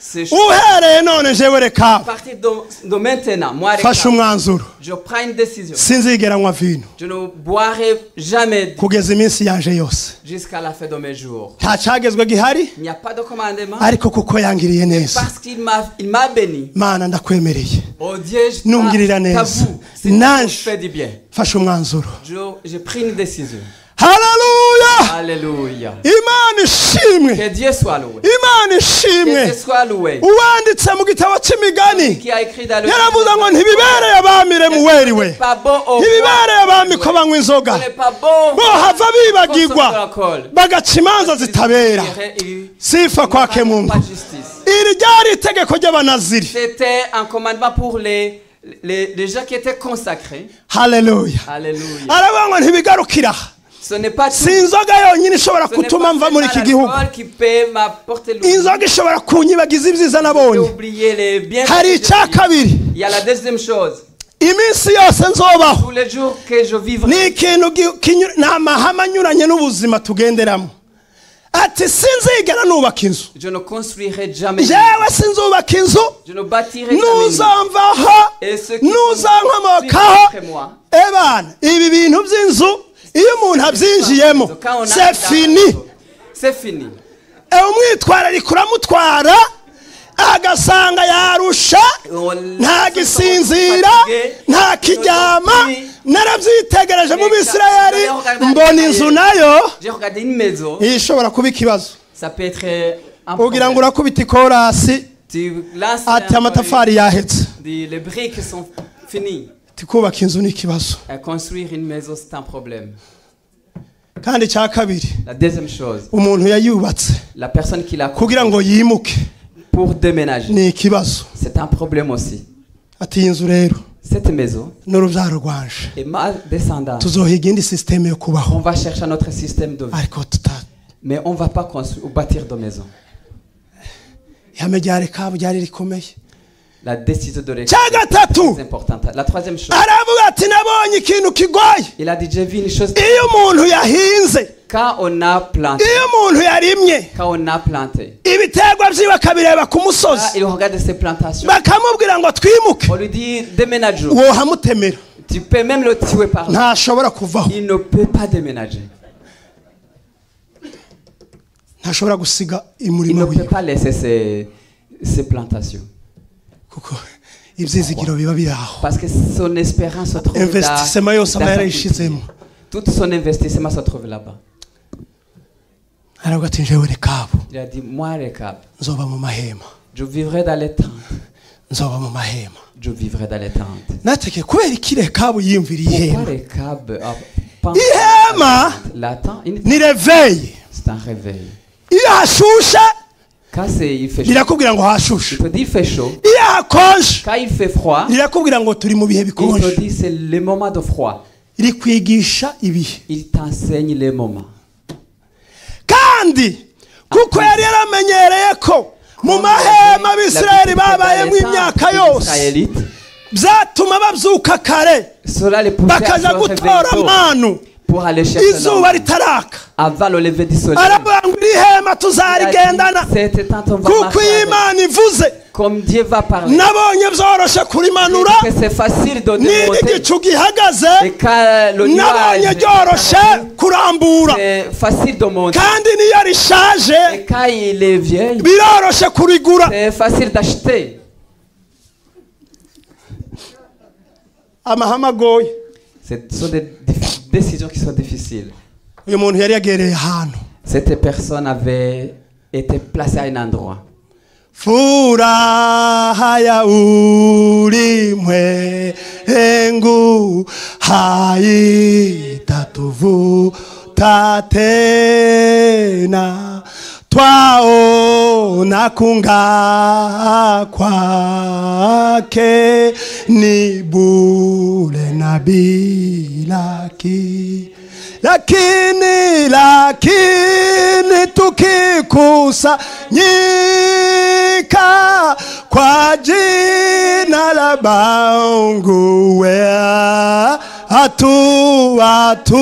Speaker 2: ces choses.
Speaker 1: Oh. uhereye none jewe reka
Speaker 2: À partir de, de maintenant, moi,
Speaker 1: fashe
Speaker 2: Rekha,
Speaker 1: umwanzuro
Speaker 2: je prends une décision.
Speaker 1: sinzigeranywa vino
Speaker 2: Je ne boirai jamais
Speaker 1: kugeza iminsi yaje yose
Speaker 2: jusqu'à la fin de mes jours.
Speaker 1: nta cyagezwe gihari
Speaker 2: Il n'y a pas de commandement
Speaker 1: ariko kuko yangiriye neza
Speaker 2: parce qu'il m'a il m'a béni.
Speaker 1: mana ndakwemereye
Speaker 2: Oh Dieu, je
Speaker 1: N'oublie-la,
Speaker 2: t'a-
Speaker 1: Nez.
Speaker 2: t'avoue, c'est
Speaker 1: Nage.
Speaker 2: toi qui fais du bien.
Speaker 1: fashe umwanzuro
Speaker 2: Je- J'ai pris une décision.
Speaker 1: hararuya
Speaker 2: Alléluia.
Speaker 1: imana
Speaker 2: Que
Speaker 1: ishimwe
Speaker 2: Dieu soit loué.
Speaker 1: imana
Speaker 2: Que Dieu
Speaker 1: ishimwe
Speaker 2: soit loué.
Speaker 1: uwanditse mu gitabo cy'imigani
Speaker 2: Qui a écrit dans le
Speaker 1: yaravuze ngo ntibibereye abami remuweri we
Speaker 2: Pas bon au
Speaker 1: ntibibereye abami ko
Speaker 2: roi.
Speaker 1: banywa inzoga
Speaker 2: On n'est pas bon.
Speaker 1: bo hava bibagirwa
Speaker 2: Consommer de l'alcool.
Speaker 1: bagaca imanza zitabera
Speaker 2: Il-
Speaker 1: sifa kwa
Speaker 2: Pas
Speaker 1: kemungu
Speaker 2: de justice.
Speaker 1: iri ryari itegeko ry'abanaziri
Speaker 2: C'était un commandement pour les, les, les gens qui étaient consacrés.
Speaker 1: haleluya
Speaker 2: Alléluia.
Speaker 1: aravuga ngo ntibigarukira aha
Speaker 2: Ce n'est pas tout.
Speaker 1: si inzoga yonyine ishobora
Speaker 2: Ce n'est
Speaker 1: gutuma
Speaker 2: pas
Speaker 1: mva muri iki
Speaker 2: seulement
Speaker 1: gihugu
Speaker 2: l'alcool qui peut m'apporter le
Speaker 1: inzoga ishobora kunyibagiza ibyiza
Speaker 2: J'ai
Speaker 1: nabonye
Speaker 2: oublié les biens.
Speaker 1: hari icya kabiri
Speaker 2: Il y a la deuxième chose.
Speaker 1: iminsi yose nzobaho
Speaker 2: Tous les jours que je vivrai.
Speaker 1: ni ikintu gi- kinyu- ni amahame anyuranye n'ubuzima tugenderamo ati sinzigera nubaka inzu
Speaker 2: Je ne construirai jamais.
Speaker 1: yewe sinzubaka inzu
Speaker 2: Je ne bâtirai jamais.
Speaker 1: ntuzamvaho
Speaker 2: Et ceux qui
Speaker 1: ntuzankomokaho
Speaker 2: après moi.
Speaker 1: ebana ibi bintu by'inzu iyo umuntu abyinjiyemo
Speaker 2: Quand on arrive
Speaker 1: c'est
Speaker 2: dans
Speaker 1: fini
Speaker 2: la maison, C'est fini.
Speaker 1: E, umwitwararika uramutwara agasanga yarusha nta gisinzira nta kiryama narabyitegereje mu bisirayeli mbona inzu nayo
Speaker 2: J'ai regardé une maison.
Speaker 1: iyi ishobora kuba ikibazo
Speaker 2: Ça peut être euh, un
Speaker 1: ugira ngo
Speaker 2: problème.
Speaker 1: urakubita ikorasi
Speaker 2: Tu lances
Speaker 1: ati
Speaker 2: un-
Speaker 1: amatafari yahetse
Speaker 2: des- les briques sont finies.
Speaker 1: ati kubaka inzu ni ikibazo
Speaker 2: Euh, Construire une maison, c'est un problème.
Speaker 1: kandi icya kabiri
Speaker 2: La deuxième chose,
Speaker 1: umuntu yayubatse
Speaker 2: la personne qui l'a construite
Speaker 1: kugira ngo yimuke
Speaker 2: pour déménager,
Speaker 1: ni ikibazo
Speaker 2: c'est un problème aussi.
Speaker 1: ati iyi nzu rero
Speaker 2: Cette maison
Speaker 1: n'urubyaro rwanje
Speaker 2: est mal descendante.
Speaker 1: tuzohiga indi sisiteme yo
Speaker 2: On
Speaker 1: kubaho
Speaker 2: va chercher notre système de vie,
Speaker 1: ariko tuta
Speaker 2: mais on ne va pas construire ou bâtir de maison.
Speaker 1: ihame rya rekabu ryari rikomeye
Speaker 2: La décision de l'école
Speaker 1: cya gatatu
Speaker 2: est importante. La troisième chose,
Speaker 1: aravuga ati nabonye ikintu kigoye
Speaker 2: il a déjà vu une chose.
Speaker 1: iyo umuntu yahinze
Speaker 2: Quand on a planté,
Speaker 1: iyo umuntu yarimye
Speaker 2: quand on a planté,
Speaker 1: ibiterwa byiwe akabireba ku
Speaker 2: là,
Speaker 1: musozi
Speaker 2: il regarde ses plantations.
Speaker 1: bakamubwira ngo twimuke
Speaker 2: On lui dit déménage.
Speaker 1: wohamutemera
Speaker 2: Tu peux même le tuer par là.
Speaker 1: ntashobora kuvaho
Speaker 2: Il ne peut pas déménager.
Speaker 1: ntashobora gusiga
Speaker 2: Il ne
Speaker 1: umurimo
Speaker 2: peut
Speaker 1: wiwe
Speaker 2: pas laisser ses, ses plantations.
Speaker 1: kuko ibyizigiro biba biri aho
Speaker 2: Parce que son espérance se trouve là.
Speaker 1: Investissement yose aba yarayishizemo.
Speaker 2: Tout son investissement se trouve là-bas.
Speaker 1: aravuga ati njyewe rekabu
Speaker 2: Il a dit Moi, Rekab,
Speaker 1: nzoba mu mahema
Speaker 2: je vivrai dans les tentes.
Speaker 1: nzoba mu mahema
Speaker 2: Je vivrai dans les tentes.
Speaker 1: nateke kubera iki rekabu yiyumviriye
Speaker 2: Pourquoi
Speaker 1: ihema
Speaker 2: ah, Rekab a pensé
Speaker 1: ihema
Speaker 2: La tente, il-
Speaker 1: ni reveye
Speaker 2: c'est un réveil.
Speaker 1: iyo hashushe
Speaker 2: Quand c'est- il fait chaud,
Speaker 1: rirakubwira ngo
Speaker 2: il
Speaker 1: hashushe
Speaker 2: te dit il fait chaud.
Speaker 1: iyo hakonje
Speaker 2: Quand il fait froid,
Speaker 1: rirakubwira ngo turi mu bihe
Speaker 2: il te
Speaker 1: bikonje
Speaker 2: dit c'est le moment de froid.
Speaker 1: rikwigisha ibihe
Speaker 2: Il t'enseigne les moments.
Speaker 1: kandi kuko yari yaramenyereye ko mu mahema abisirayeli babayemo imyaka yose
Speaker 2: Israélites,
Speaker 1: byatuma babyuka kare
Speaker 2: cela les poussait à se
Speaker 1: bakaza gutora
Speaker 2: réveiller tôt
Speaker 1: manu
Speaker 2: pour aller chercher
Speaker 1: izuba
Speaker 2: l'homme
Speaker 1: ritaraka
Speaker 2: avant le lever du soleil.
Speaker 1: aravuga ngo iri hema
Speaker 2: Il a dit,
Speaker 1: tuzarigendana
Speaker 2: C'était un temps
Speaker 1: kuko iyo imana ivuze
Speaker 2: Comme Dieu va parler,
Speaker 1: nabonye byoroshe
Speaker 2: Il
Speaker 1: kurimanura
Speaker 2: dit que c'est facile de
Speaker 1: niba
Speaker 2: démonter.
Speaker 1: igicu gihagaze
Speaker 2: Et quand le
Speaker 1: nabonye byoroshe
Speaker 2: nuage,
Speaker 1: kurambura
Speaker 2: c'est facile de monter.
Speaker 1: kandi niyo rishaje
Speaker 2: Et quand il est vieil,
Speaker 1: biroroshe kurigura
Speaker 2: c'est facile d'acheter.
Speaker 1: amahame agoye
Speaker 2: C'est- Ce sont des dif- décisions qui sont difficiles.
Speaker 1: uyu muntu yari yagereye ahantu
Speaker 2: Cette personne avait été placée à un endroit.
Speaker 1: furaha ya ulimwengu haitatuvuta tena twaona kung'aa kwake ni bure na bila ki lakini lakini tukikusanyika kwa jina la Mungu wea hatu hatu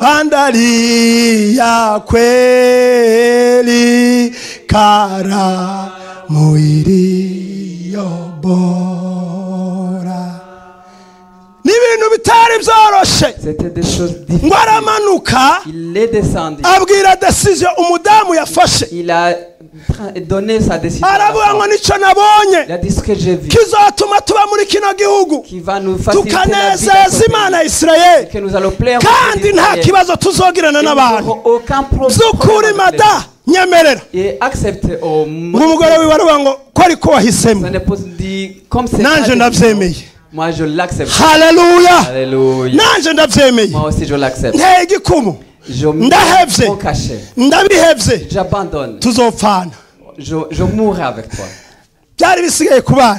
Speaker 1: andalia kweli karamu iliyo bora. Ni ibintu bitari byoroshe
Speaker 2: C'était des choses difficiles.
Speaker 1: ngo aramanuka
Speaker 2: Il est descendu.
Speaker 1: abwira desizyo umudamu yafashe
Speaker 2: Il a tra- donné sa décision. à la
Speaker 1: aravuga ngo
Speaker 2: femme.
Speaker 1: nicyo nabonye
Speaker 2: Il a dit ce que j'ai vu
Speaker 1: kizatuma tuba muri kino gihugu
Speaker 2: qui va nous faciliter la vie dans
Speaker 1: tukanezeza
Speaker 2: ce
Speaker 1: imana ya
Speaker 2: pays. Et
Speaker 1: isirayeli
Speaker 2: que nous allons plaire au
Speaker 1: kandi
Speaker 2: Dieu
Speaker 1: nta
Speaker 2: d'Israël.
Speaker 1: kibazo tuzogirana
Speaker 2: Et nous
Speaker 1: n'abantu
Speaker 2: n'aurons aucun pro- problème
Speaker 1: by'ukuri
Speaker 2: avec
Speaker 1: mada
Speaker 2: les gens.
Speaker 1: nyemerera
Speaker 2: Et accepte au
Speaker 1: ngo umugore wiwe aravuga ngo ko ariko wahisemo
Speaker 2: Ça ne pose- dit comme c'est
Speaker 1: Nanjye
Speaker 2: ta décision,
Speaker 1: ndabyemeye.
Speaker 2: Moi je l'accepte.
Speaker 1: haleluya
Speaker 2: Alléluia.
Speaker 1: nanjye ndabyemeye
Speaker 2: Moi aussi je l'accepte.
Speaker 1: nteye igikumu
Speaker 2: Je me
Speaker 1: ndahevye.
Speaker 2: mon cachet.
Speaker 1: ndabihebye
Speaker 2: J'abandonne.
Speaker 1: tuzopfana
Speaker 2: Je, je mourrai avec toi.
Speaker 1: byari bisigaye ku bana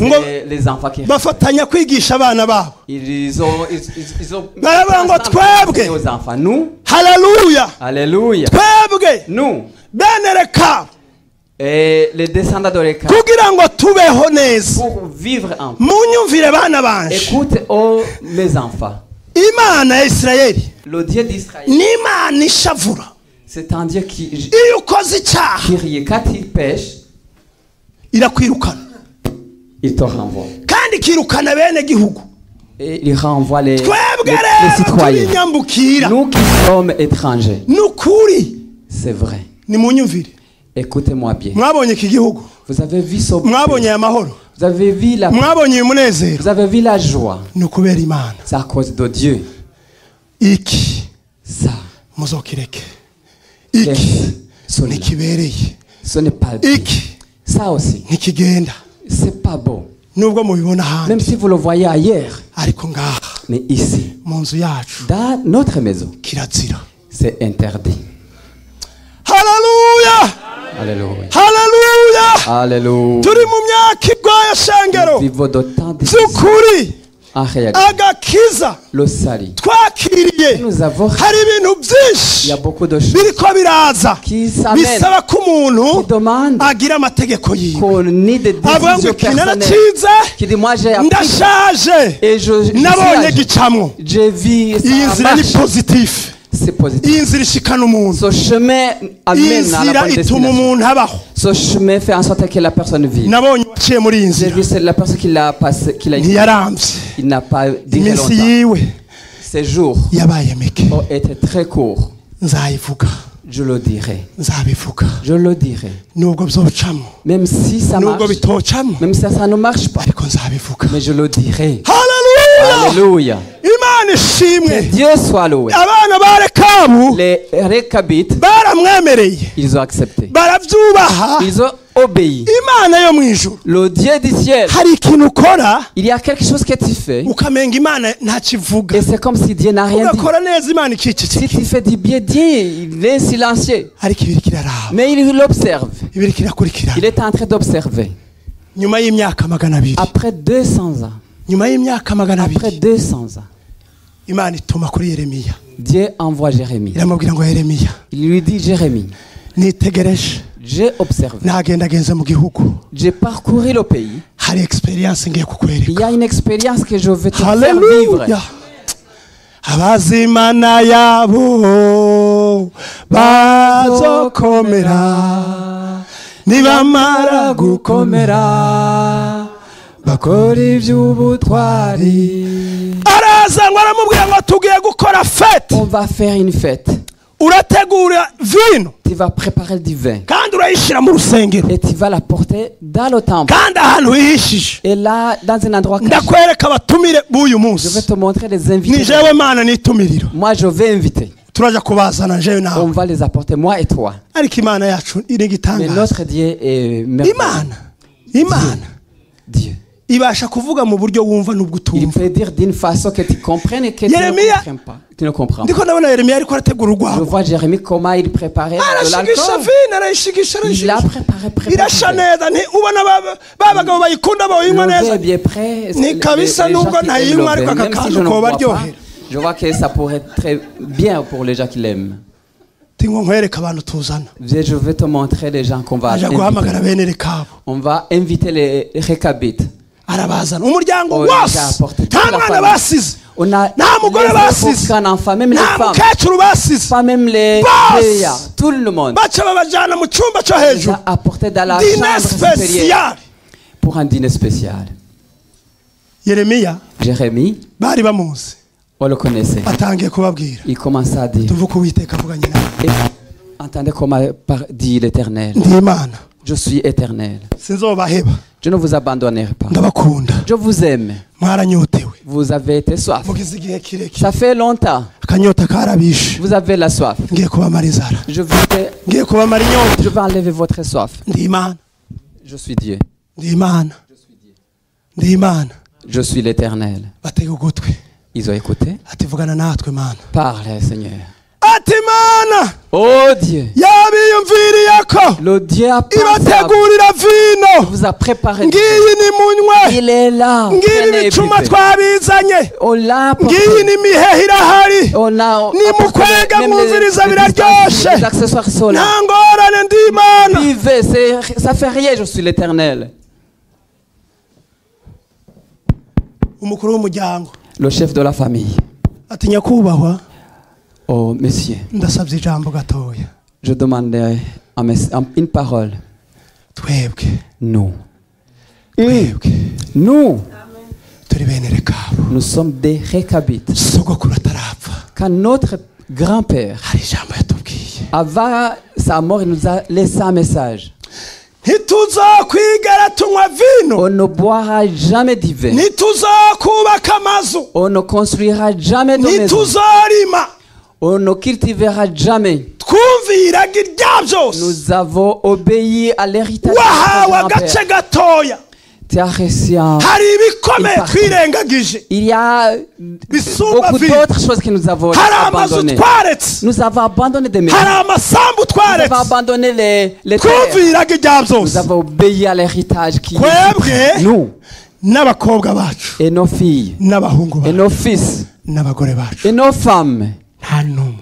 Speaker 1: ngo
Speaker 2: C'est les enfants qui
Speaker 1: bafatanya kwigisha abana babo
Speaker 2: ils ont ils, ils, ils ont
Speaker 1: Barabara ngo twebwe.
Speaker 2: aux enfants. Nous,
Speaker 1: haleluya
Speaker 2: alléluia.
Speaker 1: twebwe
Speaker 2: Nous
Speaker 1: bene reka
Speaker 2: et les descendants de l'Éca
Speaker 1: kugira ngo tubeho neza
Speaker 2: pour vivre en paix.
Speaker 1: munyumvire bana banje
Speaker 2: Écoute oh mes enfants.
Speaker 1: imana ya isirayeli
Speaker 2: Le Dieu d'Israël,
Speaker 1: ni imana ishavura
Speaker 2: c'est un Dieu qui
Speaker 1: iyo ukoze icyaha
Speaker 2: qui rit. Quand il pêche,
Speaker 1: irakwirukana
Speaker 2: il te renvoie.
Speaker 1: kandi ikirukana bene gihugu
Speaker 2: Et il renvoie les, les,
Speaker 1: twebwe
Speaker 2: les
Speaker 1: rero
Speaker 2: citoyens.
Speaker 1: turinyambukira
Speaker 2: Nous qui sommes étrangers,
Speaker 1: ni ukuri
Speaker 2: c'est vrai.
Speaker 1: nimunyumvire
Speaker 2: Écoutez-moi bien.
Speaker 1: mwabonye iki gihugu
Speaker 2: Vous avez vu ce
Speaker 1: mwabonye aya mahoro
Speaker 2: Vous avez vu la
Speaker 1: mwabonye uyu munezero
Speaker 2: Vous avez vu la joie.
Speaker 1: ni ukubera imana
Speaker 2: C'est à cause de Dieu.
Speaker 1: iki
Speaker 2: Ça,
Speaker 1: muzokireke
Speaker 2: laisse
Speaker 1: iki
Speaker 2: cela.
Speaker 1: ntikibereye
Speaker 2: Ce n'est pas Dieu.
Speaker 1: iki
Speaker 2: Ça aussi,
Speaker 1: ntikigenda
Speaker 2: c'est pas bon.
Speaker 1: nubwo mubibona
Speaker 2: Même
Speaker 1: ahandi
Speaker 2: si vous le voyez ailleurs,
Speaker 1: ariko ngaha
Speaker 2: mais ici,
Speaker 1: mu nzu yacu
Speaker 2: dans notre maison,
Speaker 1: kirazira
Speaker 2: c'est interdit.
Speaker 1: haleluya
Speaker 2: Alléluia.
Speaker 1: haleluya
Speaker 2: Alléluia.
Speaker 1: turi mu myaka irwaye shengero
Speaker 2: Nous vivons de temps difficiles.
Speaker 1: by'ukuri
Speaker 2: En réalité,
Speaker 1: agakiza
Speaker 2: le salut.
Speaker 1: twakiriye
Speaker 2: Nous avons
Speaker 1: hari ibintu
Speaker 2: Il
Speaker 1: byinshi
Speaker 2: y a beaucoup de choses
Speaker 1: biriko biraza
Speaker 2: qui s'amènent,
Speaker 1: bisaba ko umuntu
Speaker 2: qui demandent
Speaker 1: agira amategeko yiwe
Speaker 2: qu'on ait des
Speaker 1: avuga ngo
Speaker 2: décisions
Speaker 1: iki
Speaker 2: personnelles.
Speaker 1: narakize
Speaker 2: Qui dit moi j'ai appris
Speaker 1: ndashaje
Speaker 2: et je, je
Speaker 1: nabonye
Speaker 2: suis âgé.
Speaker 1: gicamwo
Speaker 2: J'ai vu
Speaker 1: iyi
Speaker 2: ça
Speaker 1: nzira ni
Speaker 2: marche.
Speaker 1: pozitifu
Speaker 2: C'est positif.
Speaker 1: iyi nzira ishikana umuntu
Speaker 2: Ce chemin
Speaker 1: iyi
Speaker 2: amène à la
Speaker 1: nzira
Speaker 2: bonne
Speaker 1: ituma
Speaker 2: destination.
Speaker 1: umuntu abaho
Speaker 2: Ce chemin fait en sorte que la personne vive.
Speaker 1: nabonye uwaciye muri iyi
Speaker 2: J'ai
Speaker 1: nzira
Speaker 2: vu c'est la personne qui l'a passé, qui l'a
Speaker 1: ntiyarambye
Speaker 2: il n'a pas duré
Speaker 1: iminsi
Speaker 2: longtemps.
Speaker 1: yiwe
Speaker 2: Ces jours
Speaker 1: yabaye mike
Speaker 2: ont été très courts.
Speaker 1: nzayivuga
Speaker 2: Je le dirai.
Speaker 1: nzabivuga
Speaker 2: Je le dirai.
Speaker 1: nubwo byocamo
Speaker 2: Même si ça
Speaker 1: nubwo
Speaker 2: marche,
Speaker 1: bitocamo
Speaker 2: même si ça, ça ne marche pas,
Speaker 1: ariko nzabivuga
Speaker 2: mais je le dirai.
Speaker 1: haleluya
Speaker 2: Alléluia.
Speaker 1: imana ishimwe
Speaker 2: Que Dieu soit loué.
Speaker 1: abana ba rekabu
Speaker 2: Les Récabites,
Speaker 1: baramwemereye
Speaker 2: ils ont accepté.
Speaker 1: barabyubaha
Speaker 2: Ils ont obéi.
Speaker 1: imana yo mu ijuru
Speaker 2: Le Dieu du ciel,
Speaker 1: hari ikintu ukora
Speaker 2: il y a quelque chose que tu fais.
Speaker 1: ukamenga imana ntakivuga
Speaker 2: Et c'est comme si Dieu n'a rien dit.
Speaker 1: ugakora neza imana
Speaker 2: Si
Speaker 1: ikicikira
Speaker 2: tu fais du bien, Dieu, il est silencieux.
Speaker 1: ariko ibiri kiraraba
Speaker 2: Mais il l'observe.
Speaker 1: ibiri kirakurikirana
Speaker 2: Il est en train d'observer.
Speaker 1: nyuma y'imyaka magana abiri
Speaker 2: Après 200 ans,
Speaker 1: nyuma y'imyaka magana
Speaker 2: après
Speaker 1: abiri
Speaker 2: 200 ans,
Speaker 1: imana ituma kuri yeremiya
Speaker 2: Dieu envoie Jérémie.
Speaker 1: iramubwira ngo yeremiya
Speaker 2: Il lui dit, Jérémie,
Speaker 1: nitegereje
Speaker 2: J'ai observé.
Speaker 1: nagendagenza mu gihugu
Speaker 2: J'ai parcouru le pays.
Speaker 1: hari egisperiyanse ngiye
Speaker 2: Il
Speaker 1: kukwereka
Speaker 2: y a une expérience que je veux te faire vivre.
Speaker 1: haleluya abazi imana yabo bazokomera nibamara gukomera
Speaker 2: bakora iby'ubutwari
Speaker 1: araza ngo aramubwira ngo tugiye gukora fete
Speaker 2: on va faire une fête
Speaker 1: urategura vino
Speaker 2: tu vas préparer du vin
Speaker 1: kandi urayishyira mu rusengero
Speaker 2: et tu vas la porter dans le temple
Speaker 1: kandi ahantu hihishije
Speaker 2: et là dans un endroit caché
Speaker 1: ndakwereka abatumire b'uyu
Speaker 2: je vais
Speaker 1: munsi
Speaker 2: te montrer les
Speaker 1: ni
Speaker 2: invités
Speaker 1: jewe mana n'itumiriro
Speaker 2: moi je vais inviter
Speaker 1: turajya kubazana jewe
Speaker 2: on
Speaker 1: nawe
Speaker 2: va les apporter moi et toi
Speaker 1: ariko imana yacu iri
Speaker 2: mais
Speaker 1: igitangaza
Speaker 2: notre Dieu est merveilleux
Speaker 1: imana imana
Speaker 2: Dieu
Speaker 1: ibasha kuvuga mu buryo wumva n'ubwo
Speaker 2: il
Speaker 1: utumva
Speaker 2: peut dire d'une façon que tu comprennes et que tu ne
Speaker 1: Yeremia-
Speaker 2: comprends pas tu ne comprends pas
Speaker 1: ndiko ndabona yeremiya ariko arategura
Speaker 2: je
Speaker 1: urwango
Speaker 2: vois Jérémie comment il préparait
Speaker 1: Ah,
Speaker 2: de
Speaker 1: arashigisha
Speaker 2: l'alcool
Speaker 1: vino arayishigisha
Speaker 2: il l'a
Speaker 1: arayishigisha
Speaker 2: préparé
Speaker 1: irasha
Speaker 2: préparé
Speaker 1: neza nti- ubona ba- ba bagabo bayikunda bayinywa
Speaker 2: Le
Speaker 1: neza
Speaker 2: verbe est prêt.
Speaker 1: Ni
Speaker 2: Les-
Speaker 1: kabisa
Speaker 2: les- les gens
Speaker 1: nubwo
Speaker 2: qui
Speaker 1: ntayinywa,
Speaker 2: aiment le
Speaker 1: ariko
Speaker 2: vin,
Speaker 1: aka
Speaker 2: même si
Speaker 1: kantu
Speaker 2: je ne
Speaker 1: koba
Speaker 2: bois pas,
Speaker 1: aryohera.
Speaker 2: Je vois que ça pourrait être très bien pour les gens qui l'aiment.
Speaker 1: Ati ngo nkwereke abantu tuzana
Speaker 2: Je je vais te montrer les gens qu'on va
Speaker 1: aja
Speaker 2: inviter.
Speaker 1: guhamagara bene rekabo
Speaker 2: On va inviter les récabites.
Speaker 1: arabazana umuryango
Speaker 2: Oh,
Speaker 1: wose
Speaker 2: déjà apporté
Speaker 1: nta
Speaker 2: toute la
Speaker 1: mwana
Speaker 2: famille.
Speaker 1: basize
Speaker 2: On a
Speaker 1: nta mugore
Speaker 2: les
Speaker 1: basize
Speaker 2: aucun enfant, même les
Speaker 1: nta
Speaker 2: femmes,
Speaker 1: mukecuru basize
Speaker 2: pas même les
Speaker 1: Boss.
Speaker 2: payas, tout le monde.
Speaker 1: baca babajyana mu cyumba cyo
Speaker 2: On les
Speaker 1: hejuru
Speaker 2: a apportés dans la
Speaker 1: dine
Speaker 2: chambre supérieure
Speaker 1: spesiyare
Speaker 2: pour un dîner spécial.
Speaker 1: yeremiya
Speaker 2: Jérémie,
Speaker 1: bari bamuzi
Speaker 2: on le connaissait.
Speaker 1: batangiye kubabwira
Speaker 2: Il commença à dire,
Speaker 1: tuve uko uwiteka avuganye nawe
Speaker 2: et- entendez comment par- dit l'Éternel.
Speaker 1: ndi imana
Speaker 2: Je suis éternel.
Speaker 1: sinzobaheba
Speaker 2: Je ne vous abandonnerai pas.
Speaker 1: ndabakunda
Speaker 2: Je vous aime.
Speaker 1: mwaranyotewe
Speaker 2: Vous avez été soif.
Speaker 1: mugize igihe kirekire
Speaker 2: Ça fait longtemps.
Speaker 1: akanyota karabishe
Speaker 2: Vous avez la soif.
Speaker 1: ngiye kubamara inzara
Speaker 2: Je vais, te-
Speaker 1: ngiye kubamara inyota
Speaker 2: je vais enlever votre soif.
Speaker 1: ndi imana
Speaker 2: Je suis Dieu.
Speaker 1: ndi imana ndi imana
Speaker 2: Je suis l'éternel.
Speaker 1: batega ugutwi
Speaker 2: Ils ont écouté.
Speaker 1: ati vugana natwe mana
Speaker 2: Parle, Seigneur.
Speaker 1: ati imana
Speaker 2: Oh Dieu.
Speaker 1: yabiyumviriye ko
Speaker 2: Le Dieu a pensé à vous.
Speaker 1: ibategurira
Speaker 2: Il
Speaker 1: vino
Speaker 2: vous a préparé.
Speaker 1: ngiyi ni munywe
Speaker 2: Il est là.
Speaker 1: ngibi
Speaker 2: Prenez et
Speaker 1: bicuma
Speaker 2: buvez.
Speaker 1: twabizanye
Speaker 2: On l'a apporté.
Speaker 1: ngiyi ni mihehe irahari
Speaker 2: On a
Speaker 1: Ni
Speaker 2: apporté
Speaker 1: mukwega
Speaker 2: même les,
Speaker 1: mwumviriza
Speaker 2: les
Speaker 1: biraryoshe.
Speaker 2: ustensiles, les accessoires sont là.
Speaker 1: nta ngorane ndi imana
Speaker 2: Vivez, c'est- ça fait rien, je suis l'éternel.
Speaker 1: umukuru w'umuryango
Speaker 2: Le chef de la famille.
Speaker 1: ati nyakubahwa
Speaker 2: Oh, monsieur,
Speaker 1: ndasabye ijambo gatoya
Speaker 2: je demande un mess- un- une parole.
Speaker 1: twebwe
Speaker 2: Nous.
Speaker 1: twebwe
Speaker 2: Nous,
Speaker 1: turi bene rekabo
Speaker 2: nous sommes des récabites.
Speaker 1: sogokuru atarapfa
Speaker 2: Quand notre grand-père
Speaker 1: hari ijambo yatubwiye
Speaker 2: avant sa mort, il nous a laissé un message.
Speaker 1: ntituzokwigera tunywa vino
Speaker 2: On ne boira jamais du vin.
Speaker 1: ntituzokubaka amazu
Speaker 2: On ne construira jamais de maison.
Speaker 1: ntituzorima
Speaker 2: On ne cultivera jamais.
Speaker 1: twumviye iragi rya byose
Speaker 2: Nous avons obéi à l'héritage de
Speaker 1: wahawe
Speaker 2: notre
Speaker 1: agace
Speaker 2: grand-père.
Speaker 1: gatoya
Speaker 2: Tu as reçu un-
Speaker 1: hari ibikomeye
Speaker 2: Impaka.
Speaker 1: twirengagije
Speaker 2: Il y a
Speaker 1: Bisumba
Speaker 2: beaucoup
Speaker 1: vino.
Speaker 2: d'autres choses que nous avons
Speaker 1: hari amazu
Speaker 2: abandonnées.
Speaker 1: twaretse
Speaker 2: Nous avons abandonné des maisons.
Speaker 1: hari amasambu
Speaker 2: Nous avons
Speaker 1: twaretse
Speaker 2: abandonné les, les terres.
Speaker 1: twumviye iragi rya
Speaker 2: Nous
Speaker 1: byose
Speaker 2: avons obéi à l'héritage qui
Speaker 1: twebwe
Speaker 2: nous
Speaker 1: n'abakobwa bacu
Speaker 2: et nos filles
Speaker 1: n'abahungu
Speaker 2: et
Speaker 1: bacu
Speaker 2: nos fils
Speaker 1: n'abagore bacu
Speaker 2: et nos femmes.
Speaker 1: nta n'umwe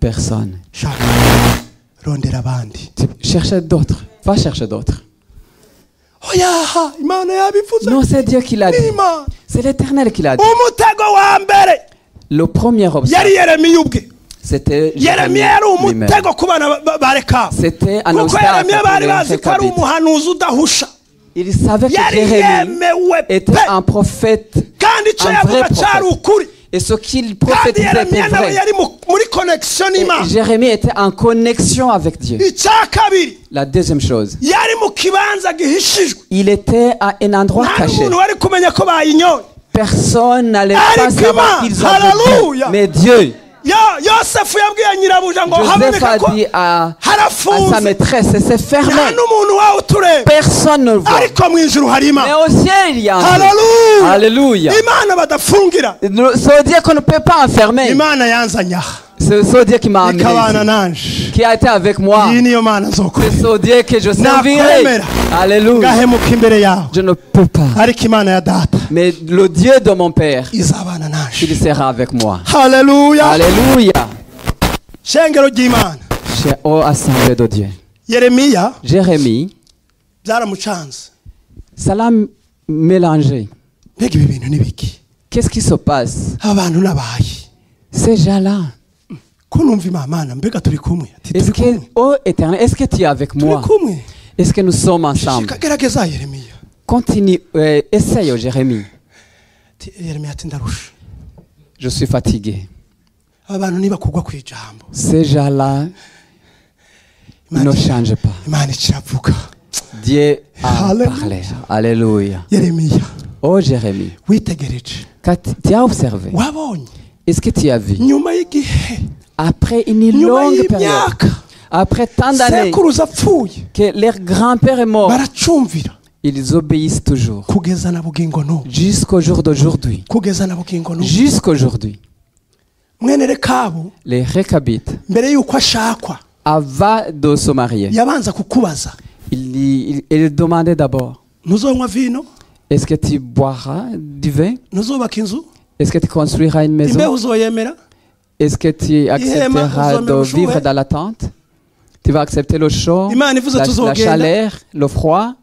Speaker 2: Personne.
Speaker 1: shaka rondera abandi
Speaker 2: Tu- Cherchez d'autres. Va chercher d'autres.
Speaker 1: oyaha imana yabivuze
Speaker 2: Non, c'est Dieu qui l'a dit.
Speaker 1: Imana.
Speaker 2: C'est l'Éternel qui l'a dit.
Speaker 1: umutego wa mbere
Speaker 2: Le premier
Speaker 1: Oh. yari
Speaker 2: obstacle,
Speaker 1: yeremiya ubwe
Speaker 2: c'était Jérémie
Speaker 1: yeremiya yari
Speaker 2: lui-même.
Speaker 1: umutego ku bana ba- ba- ba rekabu
Speaker 2: C'était un
Speaker 1: kuko
Speaker 2: obstacle
Speaker 1: yeremiya
Speaker 2: pour
Speaker 1: bari
Speaker 2: les
Speaker 1: bazi ko ari
Speaker 2: Récabites.
Speaker 1: umuhanuzi udahusha
Speaker 2: Il savait que
Speaker 1: yari
Speaker 2: Jérémie
Speaker 1: yemewe pe
Speaker 2: était un prophète,
Speaker 1: kandi icyo
Speaker 2: un vrai
Speaker 1: yavuga cyari
Speaker 2: prophète.
Speaker 1: ukuri
Speaker 2: Et ce qu'il
Speaker 1: kandi
Speaker 2: prophétisait était
Speaker 1: yeremiya nawe
Speaker 2: vrai. Eh,
Speaker 1: yari mu- muri konegisiyo
Speaker 2: Et
Speaker 1: n'imana
Speaker 2: Jérémie était en connexion avec Dieu.
Speaker 1: icya kabiri
Speaker 2: La deuxième chose,
Speaker 1: yari mu kibanza gihishijwe
Speaker 2: il était à un endroit
Speaker 1: nta
Speaker 2: caché.
Speaker 1: n'umuntu wari kumenya ko bayinyoye
Speaker 2: Personne n'allait pas
Speaker 1: Alléluia.
Speaker 2: savoir qu'ils avaient dit.
Speaker 1: Alléluia. Oh,
Speaker 2: Mais Dieu,
Speaker 1: Yo- yosefu yabwiye nyirabuja ngo
Speaker 2: Joseph
Speaker 1: haboneka
Speaker 2: a
Speaker 1: ko
Speaker 2: dit à, à sa
Speaker 1: harafunze
Speaker 2: maîtresse, et c'est
Speaker 1: nta
Speaker 2: fermé.
Speaker 1: n'umuntu wawe utureba
Speaker 2: Personne ne le voit.
Speaker 1: ariko mu ijuru hari
Speaker 2: Mais
Speaker 1: imana
Speaker 2: au ciel, il y a un Dieu.
Speaker 1: hararuya
Speaker 2: Alléluia.
Speaker 1: imana badafungira
Speaker 2: Nous- Ça veut dire qu'on ne peut pas enfermer.
Speaker 1: imana yanzanye aha
Speaker 2: C'est ce Dieu qui m'a amené
Speaker 1: ikabana
Speaker 2: ici,
Speaker 1: nanje
Speaker 2: qui a été avec moi.
Speaker 1: iyi niyo mana
Speaker 2: C'est
Speaker 1: nzokorera
Speaker 2: ce Dieu que je servirai.
Speaker 1: Nakwemera.
Speaker 2: Alléluia.
Speaker 1: ngahemuka imbere yawe
Speaker 2: Je ne peux pas.
Speaker 1: ariko imana ya data
Speaker 2: Mais le Dieu de mon Père,
Speaker 1: izabana
Speaker 2: il
Speaker 1: nanje
Speaker 2: sera avec moi.
Speaker 1: haleluya
Speaker 2: Alléluia.
Speaker 1: shengero ry'imana
Speaker 2: Cher ô assemblée de Dieu,
Speaker 1: yeremiya
Speaker 2: jérémie
Speaker 1: byaramucanze
Speaker 2: ça l'a m- mélangé
Speaker 1: mbega ibi bintu ni biki
Speaker 2: qu'est-ce qui se passe
Speaker 1: aba bantu n'abaye
Speaker 2: ces gens là
Speaker 1: ko numva imamana mbega turi kumwe ati
Speaker 2: est-ce
Speaker 1: turi
Speaker 2: que
Speaker 1: kumwe
Speaker 2: oh éternel est-ce que tu es avec
Speaker 1: turi
Speaker 2: moi
Speaker 1: kumwe
Speaker 2: est-ce que nous sommes ensemble
Speaker 1: shikagerageza yeremiya
Speaker 2: continue euh, essaye jérémie
Speaker 1: Ati, yeremiya ati ndarusha
Speaker 2: je suis fatigué
Speaker 1: aba bantu niba kugwa ku ijambo
Speaker 2: ces gens là ne
Speaker 1: Imana-
Speaker 2: changent pas
Speaker 1: imana ikiravuga
Speaker 2: Dieu a
Speaker 1: Alléluia.
Speaker 2: parlé. Alléluia.
Speaker 1: yeremiya
Speaker 2: Oh Jérémie,
Speaker 1: witegereje
Speaker 2: quand tu as observé,
Speaker 1: wabonye
Speaker 2: est-ce que tu as vu
Speaker 1: nyuma y'igihe
Speaker 2: Après une
Speaker 1: nyuma
Speaker 2: longue période,
Speaker 1: y'imyaka
Speaker 2: après tant d'années,
Speaker 1: sekuruza apfuye
Speaker 2: que leur grand-père est mort,
Speaker 1: baracumvira
Speaker 2: ils obéissent toujours.
Speaker 1: kugeza na bugingo n'ubu
Speaker 2: Jusqu'au jour d'aujourd'hui.
Speaker 1: kugeza na bugingo n'ubu
Speaker 2: Jusqu'aujourd'hui.
Speaker 1: mwene rekabu
Speaker 2: Les Récabites,
Speaker 1: mbere y'uko ashakwa
Speaker 2: avant de se marier,
Speaker 1: yabanza kukubaza
Speaker 2: il, il, il demandait d'abord,
Speaker 1: ntuzonywa vino
Speaker 2: est-ce que tu boiras du vin
Speaker 1: ntuzubaka inzu
Speaker 2: Est-ce que tu construiras une
Speaker 1: imbeho
Speaker 2: maison
Speaker 1: uzoyemera
Speaker 2: Est-ce que tu accepteras
Speaker 1: Emma,
Speaker 2: de
Speaker 1: nous sommes
Speaker 2: vivre
Speaker 1: chauds,
Speaker 2: dans la tente Tu vas accepter le chaud,
Speaker 1: Imana ivuze
Speaker 2: la, la
Speaker 1: tuzogenda.
Speaker 2: chaleur, le froid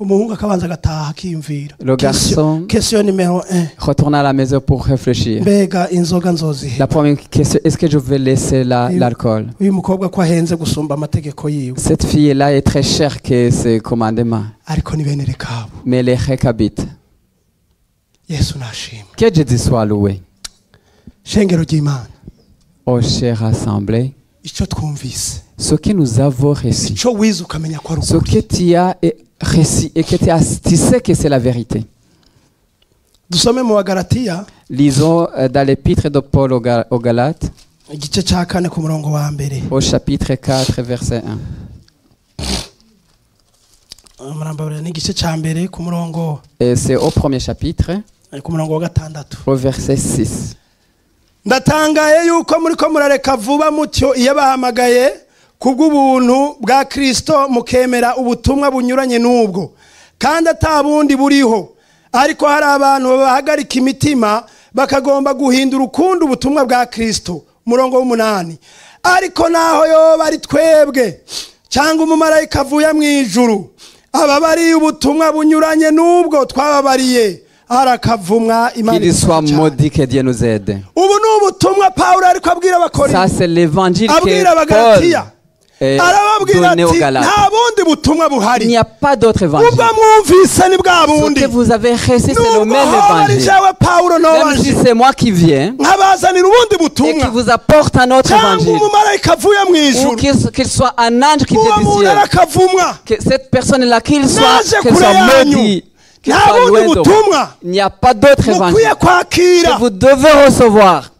Speaker 1: umuhungu akabanza agataha akiyumvira
Speaker 2: Le garçon.
Speaker 1: kesiyo nimero 1
Speaker 2: Retourne à la maison pour réfléchir.
Speaker 1: eh. mbega inzoga
Speaker 2: La
Speaker 1: nzozihe
Speaker 2: première question, est-ce que je vais laisser la- l'alcool
Speaker 1: uyu mukobwa ko ahenze gusumba amategeko yiwe
Speaker 2: Cette fille-là est très chère que ses commandements,
Speaker 1: ariko ni bene rekabu
Speaker 2: mais les récabites.
Speaker 1: yesu nashimwe
Speaker 2: Que Jésus soit loué.
Speaker 1: shengero ry'imana
Speaker 2: Ô chère assemblée,
Speaker 1: icyo twumvise
Speaker 2: ce que nous avons reçu,
Speaker 1: icyo wize ukamenya ko ari
Speaker 2: ce
Speaker 1: ukuri
Speaker 2: que tu as et- reçu et que tu, as- tu sais que c'est la vérité.
Speaker 1: dusome mu bagaratiya
Speaker 2: Lisons euh, dans l'épître de Paul aux Ga- aux Galates.
Speaker 1: igice cya kane ku murongo wa mbere
Speaker 2: au chapitre 4, verset 1.
Speaker 1: umurambarira ni igice cya mbere ku murongo
Speaker 2: Et c'est au premier chapitre,
Speaker 1: eh, ku murongo wa gatandatu
Speaker 2: au verset 6.
Speaker 1: ndatangaye yuko muri ko murareka vuba mutyo iyo bahamagaye ku bw'ubuntu bwa kirisito mukemera ubutumwa bunyuranye n'ubwo kandi ata bundi buriho ariko hari abantu babahagarika imitima bakagomba guhindura ukundi ubutumwa bwa kirisito umurongo w'umunani ariko naho yoba ari twebwe cyangwa umumarayika avuye mu ijuru ababariye ubutumwa bunyuranye n'ubwo twababariye arakavumwa imana
Speaker 2: Qu'il soit
Speaker 1: ikiza cyane.
Speaker 2: maudit que Dieu nous aide.
Speaker 1: ubu ni ubutumwa pawulo ariko abwira
Speaker 2: Ça,
Speaker 1: abakorinto
Speaker 2: c'est l'évangile que
Speaker 1: abwira
Speaker 2: Paul
Speaker 1: abagaratiya
Speaker 2: Eh,
Speaker 1: arababwira
Speaker 2: a donné aux
Speaker 1: ati nta
Speaker 2: Galates.
Speaker 1: bundi butumwa
Speaker 2: Il n'y
Speaker 1: buhari
Speaker 2: a pas d'autre évangile.
Speaker 1: ubwo mwumvise ni bwa
Speaker 2: Ce
Speaker 1: bundi
Speaker 2: que vous avez reçu, c'est
Speaker 1: nubwo
Speaker 2: le même
Speaker 1: hoba ari
Speaker 2: évangile.
Speaker 1: jawe pawulo
Speaker 2: Même si
Speaker 1: nobanje
Speaker 2: c'est moi qui viens
Speaker 1: nkabazanira ubundi
Speaker 2: et qui
Speaker 1: butumwa
Speaker 2: vous apporte un autre
Speaker 1: cyangwa
Speaker 2: évangile,
Speaker 1: umumarayika avuye mu
Speaker 2: ou
Speaker 1: ijuru
Speaker 2: qu'il qu'il soit un ange qui
Speaker 1: uwo
Speaker 2: vient du
Speaker 1: muntu
Speaker 2: ciel,
Speaker 1: arakavumwa
Speaker 2: que cette personne-là, qu'il soit,
Speaker 1: Naje
Speaker 2: qu'elle
Speaker 1: kure
Speaker 2: soit
Speaker 1: yanyu.
Speaker 2: maudit, qu'il
Speaker 1: Nta
Speaker 2: soit
Speaker 1: bundi
Speaker 2: loin de
Speaker 1: butumwa.
Speaker 2: vous. Il n'y a pas d'autre évangile.
Speaker 1: mukwiye kwakira
Speaker 2: que vous devez recevoir.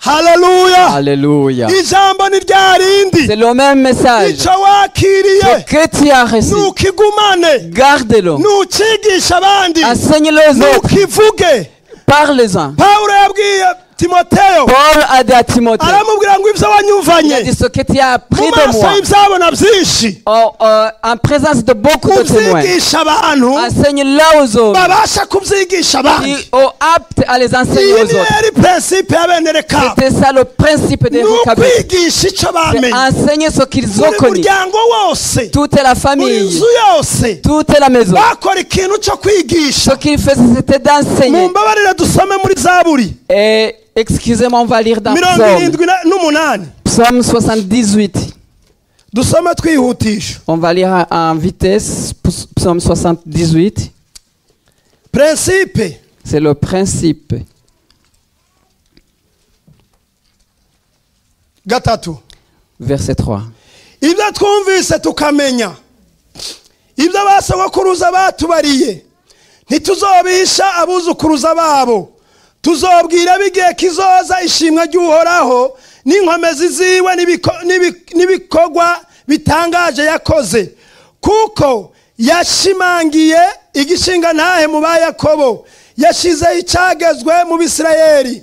Speaker 1: haleluya
Speaker 2: Alléluia.
Speaker 1: ijambo ni rya
Speaker 2: C'est
Speaker 1: rindi
Speaker 2: le même message
Speaker 1: icyo wakiriye
Speaker 2: que tu as reçu.
Speaker 1: ntukigumane
Speaker 2: Gardez-le.
Speaker 1: ntukigishe abandi
Speaker 2: Enseigne-le aux autres.
Speaker 1: ntukivuge
Speaker 2: Parlez-en.
Speaker 1: pawulo yabwiye timoteyo
Speaker 2: Paul a dit à Timothée,
Speaker 1: aramubwira ngo ibyo
Speaker 2: il
Speaker 1: wanyumvanye
Speaker 2: a dit ce que tu as
Speaker 1: mu
Speaker 2: appris de
Speaker 1: maso
Speaker 2: moi
Speaker 1: y'ibyabona byinshi
Speaker 2: en, en- euh, en présence de beaucoup de témoins.
Speaker 1: ubyigisha abantu
Speaker 2: Enseigne-le aux autres.
Speaker 1: babasha kubyigisha
Speaker 2: Ils
Speaker 1: abandi
Speaker 2: sont aptes à les enseigner
Speaker 1: iyi
Speaker 2: aux
Speaker 1: niyo
Speaker 2: autres.
Speaker 1: yari purinsipe ya bene rekabu
Speaker 2: C'était ça le principe
Speaker 1: ni
Speaker 2: des vocabulaires.
Speaker 1: ukwigisha icyo
Speaker 2: C'est
Speaker 1: bamenye
Speaker 2: enseigner ce qu'ils ont
Speaker 1: buri
Speaker 2: connu.
Speaker 1: muryango wose
Speaker 2: Toute la
Speaker 1: buri
Speaker 2: famille,
Speaker 1: nzu yose
Speaker 2: toute la maison.
Speaker 1: bakora ikintu cyo
Speaker 2: Ce
Speaker 1: kwigisha
Speaker 2: qu'ils faisaient, c'était
Speaker 1: mu
Speaker 2: d'enseigner.
Speaker 1: mbabarire dusome muri zaburi
Speaker 2: Et excusez-moi, on va lire dans
Speaker 1: mirongo
Speaker 2: Psaume.
Speaker 1: irindwi na- n'umunani
Speaker 2: Psaume 78.
Speaker 1: dusome twihutisha
Speaker 2: On va lire en- en vitesse Ps- Psaume 78.
Speaker 1: purinsipe
Speaker 2: C'est le principe.
Speaker 1: gatatu
Speaker 2: Verset 3.
Speaker 1: ibyo twumvise tukamenya ibyo abasogokuruza batubariye ntituzobihisha abuzukuruza babo tuzobwira b'igihe kizoza ishimwe ry'uhoraho n'inkomezi ziwe n'ibiko- n'ibi- n'ibikorwa bitangaje yakoze kuko yashimangiye igishinga ntahe mu ba yakobo yashyizeho icyagezwe mu bisirayeli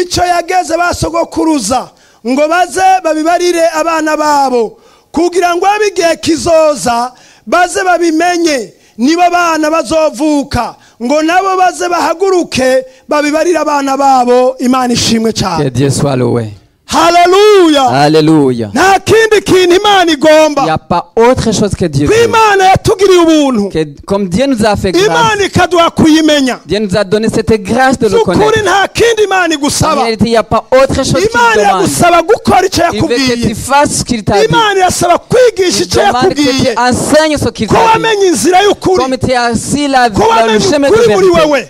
Speaker 1: icyo yageze basogokuruza ngo baze babibarire abana babo kugira ngo abe igihe kizoza baze babimenye nibo bana bazovuka ngo nabo baze bahaguruke babibarire abana babo imana ishimwe
Speaker 2: Que
Speaker 1: cyane
Speaker 2: Dieu soit loué.
Speaker 1: haleluya
Speaker 2: Alléluia.
Speaker 1: nta kindi kintu imana
Speaker 2: Il n'y
Speaker 1: igomba
Speaker 2: a pas autre chose que Dieu.
Speaker 1: ko
Speaker 2: veut.
Speaker 1: imana yatugiriye ubuntu
Speaker 2: Que- comme Dieu nous a fait grâce,
Speaker 1: imana ikaduha kuyimenya
Speaker 2: Dieu nous a donné cette grâce de le
Speaker 1: by'ukuri
Speaker 2: connaître.
Speaker 1: nta kindi imana
Speaker 2: En
Speaker 1: igusaba
Speaker 2: réalité, il n'y a pas autre chose qu'il
Speaker 1: imana
Speaker 2: demande.
Speaker 1: iragusaba gukora icyo
Speaker 2: Il veut que tu
Speaker 1: yakubwiye
Speaker 2: fasses ce qu'il t'a dit.
Speaker 1: imana irasaba kwigisha
Speaker 2: Il
Speaker 1: icyo
Speaker 2: demande que
Speaker 1: yakubwiye
Speaker 2: tu enseignes ce qu'il
Speaker 1: ko
Speaker 2: t'a dit.
Speaker 1: wamenye inzira
Speaker 2: Comme
Speaker 1: y'ukuri
Speaker 2: tu es assis la,
Speaker 1: ko
Speaker 2: la- le
Speaker 1: wamenye
Speaker 2: chemin de
Speaker 1: ukuri muri
Speaker 2: vérité.
Speaker 1: wewe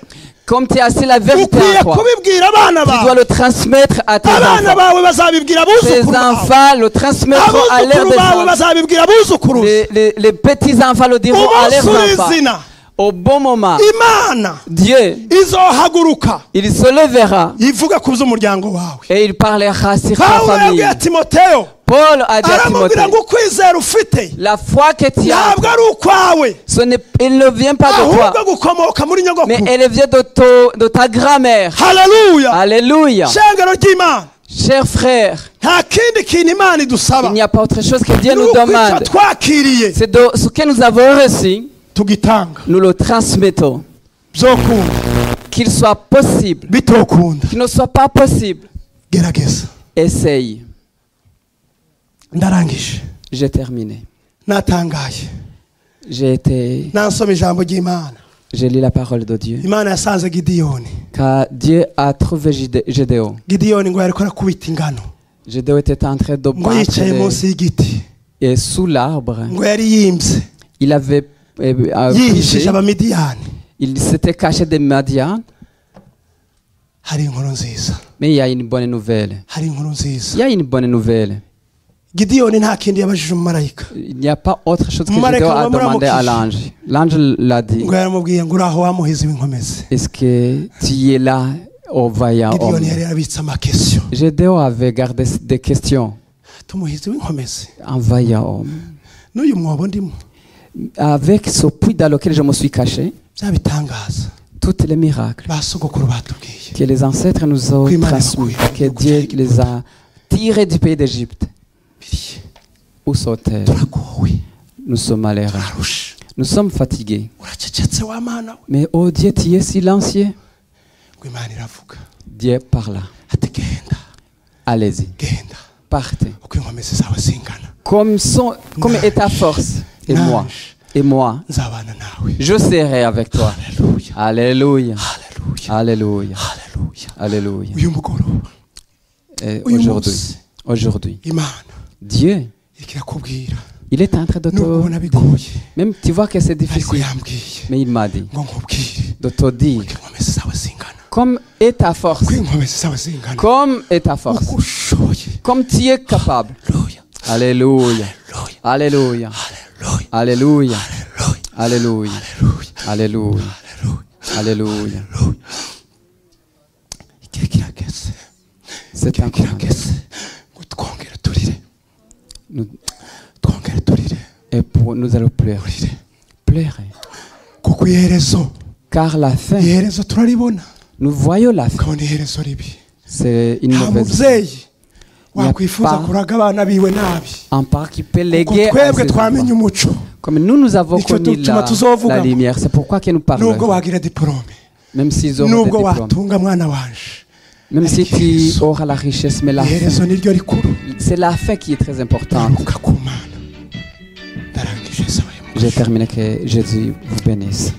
Speaker 2: Comme tu es assis la vérité
Speaker 1: ukwiye
Speaker 2: en toi.
Speaker 1: kubibwira abana
Speaker 2: Tu dois
Speaker 1: bawe
Speaker 2: le transmettre à tes
Speaker 1: abana
Speaker 2: enfants.
Speaker 1: bawe bazabibwira
Speaker 2: Tes
Speaker 1: abuzukuru bawe
Speaker 2: enfants le transmettront à l'ère
Speaker 1: abuzukuru
Speaker 2: des
Speaker 1: bawe
Speaker 2: enfants.
Speaker 1: bazabibwira abuzukuru
Speaker 2: Les, les- les petits enfants le diront à l'ère
Speaker 1: umunsi
Speaker 2: des enfants.
Speaker 1: w'izina
Speaker 2: Au bon moment,
Speaker 1: imana
Speaker 2: Dieu,
Speaker 1: izohaguruka
Speaker 2: il se levera
Speaker 1: ivuga ku by'umuryango wawe
Speaker 2: et il parlera sur ta
Speaker 1: pawulo
Speaker 2: famille.
Speaker 1: yabwiye timoteyo
Speaker 2: Paul a dit à Timothée,
Speaker 1: aramubwira ngo ukwizera ufite
Speaker 2: la foi que tu as,
Speaker 1: ntabwo ari ukwawe
Speaker 2: ce n'est- elle ne vient pas de toi,
Speaker 1: ahubwo gukomoka muri
Speaker 2: mais
Speaker 1: nyogokuru
Speaker 2: elle vient de, to- de ta grand-mère.
Speaker 1: haleluya
Speaker 2: Alléluia.
Speaker 1: ishengero ry'imana
Speaker 2: Chers frères,
Speaker 1: nta kindi kintu imana idusaba
Speaker 2: il n'y a pas autre chose que Dieu
Speaker 1: ni
Speaker 2: nous
Speaker 1: ukwica
Speaker 2: demande.
Speaker 1: twakiriye
Speaker 2: C'est de ce que nous avons reçu,
Speaker 1: tugitanga
Speaker 2: nous le transmettons.
Speaker 1: byokunda
Speaker 2: Qu'il soit possible,
Speaker 1: bitokunda
Speaker 2: qu'il ne soit pas possible,
Speaker 1: gerageza
Speaker 2: essaye.
Speaker 1: ndarangije
Speaker 2: J'ai terminé.
Speaker 1: natangaye
Speaker 2: J'ai été,
Speaker 1: nansoma ijambo ry'imana
Speaker 2: j'ai lu la parole de Dieu.
Speaker 1: imana yasanze gidiyoni
Speaker 2: Car Dieu a trouvé Gide- Gédéon.
Speaker 1: gidiyoni ngo yariko arakubita ingano
Speaker 2: Gédéon était en train de
Speaker 1: ngo
Speaker 2: battre
Speaker 1: yicaye
Speaker 2: les-
Speaker 1: munsi y'igiti
Speaker 2: et sous l'arbre.
Speaker 1: ngo yari yimbye
Speaker 2: Il avait euh, euh, puisé.
Speaker 1: yihishije abamidiyani
Speaker 2: il s'était caché des Madians,
Speaker 1: hari inkuru nziza
Speaker 2: mais il y a une bonne nouvelle.
Speaker 1: hari inkuru
Speaker 2: Il
Speaker 1: nziza
Speaker 2: y a une bonne nouvelle.
Speaker 1: gidiyoni nta kindi yabajije umumarayika
Speaker 2: Il n'y a pas autre chose que
Speaker 1: Malek
Speaker 2: Gédéon a
Speaker 1: Wamura
Speaker 2: demandé à
Speaker 1: Mokishi.
Speaker 2: l'ange. L'ange l'a dit.
Speaker 1: ngo yaramubwiye ngo uraho wamuhizi w'inkomezi
Speaker 2: Est-ce que tu es là, au vaillant homme
Speaker 1: gidiyoni yari yarabitse amakesiyo
Speaker 2: Gédéon avait gardé des questions.
Speaker 1: tumuhizi w'inkomezi
Speaker 2: Un vaillant homme.
Speaker 1: n'uyu mwobo ndimo
Speaker 2: Avec ce puits dans lequel je me suis caché,
Speaker 1: bya bitangaza
Speaker 2: tous les miracles
Speaker 1: ba sogokuru batubwiye
Speaker 2: que les ancêtres nous
Speaker 1: Oui,
Speaker 2: ont
Speaker 1: Malek
Speaker 2: transmis,
Speaker 1: Wamura
Speaker 2: que Dieu les a tirés du pays d'Égypte.
Speaker 1: biriye
Speaker 2: Où sont-elles
Speaker 1: turagowe
Speaker 2: Nous sommes à l'air.
Speaker 1: turarusha
Speaker 2: Nous sommes fatigués.
Speaker 1: uracecetse wa mana we
Speaker 2: Mais oh Dieu, tu es silencieux.
Speaker 1: ngo imana iravuga
Speaker 2: Dieu parla.
Speaker 1: ati genda
Speaker 2: Allez-y.
Speaker 1: genda
Speaker 2: Partez.
Speaker 1: uko inkomezi zawe zingana
Speaker 2: Comme, sont, comme est ta force. Et moi. Et moi.
Speaker 1: nzabana nawe
Speaker 2: Je serai avec toi.
Speaker 1: haleluya
Speaker 2: Alléluia.
Speaker 1: haleluya
Speaker 2: Alléluia.
Speaker 1: haleluya
Speaker 2: Alléluia.
Speaker 1: uyu mugoroba
Speaker 2: Et
Speaker 1: Oui,
Speaker 2: aujourd'hui,
Speaker 1: Mons.
Speaker 2: aujourd'hui,
Speaker 1: imana
Speaker 2: Dieu,
Speaker 1: iriko irakubwira
Speaker 2: il est en train de
Speaker 1: nubwo ubona
Speaker 2: te...
Speaker 1: bigoye
Speaker 2: Même tu vois que c'est
Speaker 1: ariko
Speaker 2: difficile.
Speaker 1: yambwiye
Speaker 2: Mais il m'a dit
Speaker 1: ngo nkubwire
Speaker 2: de te dire,
Speaker 1: uko inkomezi zawe zingana
Speaker 2: comme est ta force,
Speaker 1: uko inkomezi zawe zingana
Speaker 2: comme est ta force,
Speaker 1: uko ushoboye
Speaker 2: comme tu es capable.
Speaker 1: haleluya
Speaker 2: Alléluia.
Speaker 1: haleluya
Speaker 2: Alléluia.
Speaker 1: haleluya
Speaker 2: Alléluia.
Speaker 1: haleluya
Speaker 2: Alléluia. Alléluia. Alléluia.
Speaker 1: igihe kirageze
Speaker 2: C'est
Speaker 1: igihe
Speaker 2: incroyable.
Speaker 1: kirageze ngo twongere turire
Speaker 2: Nous-
Speaker 1: twongere turire
Speaker 2: et pour, nous allons pleurer.
Speaker 1: turire
Speaker 2: Pleurer.
Speaker 1: kuko iherezo
Speaker 2: Car la fin,
Speaker 1: iherezo turaribona
Speaker 2: nous voyons la fin.
Speaker 1: ukabona iherezo ribi
Speaker 2: C'est une
Speaker 1: nta
Speaker 2: mauvaise.
Speaker 1: mubyeyi wakwifuza
Speaker 2: pa-
Speaker 1: kuraga abana biwe nabi
Speaker 2: Un parc qui peut
Speaker 1: ubwo
Speaker 2: léguer. à
Speaker 1: twebwe
Speaker 2: ses
Speaker 1: twamenye
Speaker 2: enfants.
Speaker 1: umuco
Speaker 2: Comme nous, nous avons
Speaker 1: Nicyo
Speaker 2: connu
Speaker 1: dutuma
Speaker 2: la,
Speaker 1: tuzovuga
Speaker 2: la
Speaker 1: ngo-
Speaker 2: lumière. C'est pourquoi que nous
Speaker 1: nubwo
Speaker 2: parlons.
Speaker 1: wagira diporome
Speaker 2: Même s'ils auront des
Speaker 1: nubwo
Speaker 2: diplômes.
Speaker 1: watunga mwana wanje
Speaker 2: Même si
Speaker 1: Iherezo.
Speaker 2: tu auras la richesse, mais la
Speaker 1: iherezo
Speaker 2: fin.
Speaker 1: niryo rikuru
Speaker 2: C'est la fin qui est très importante.
Speaker 1: ntaruka ku mana ndarangije sabaye
Speaker 2: J'ai terminé. Que Jésus vous bénisse.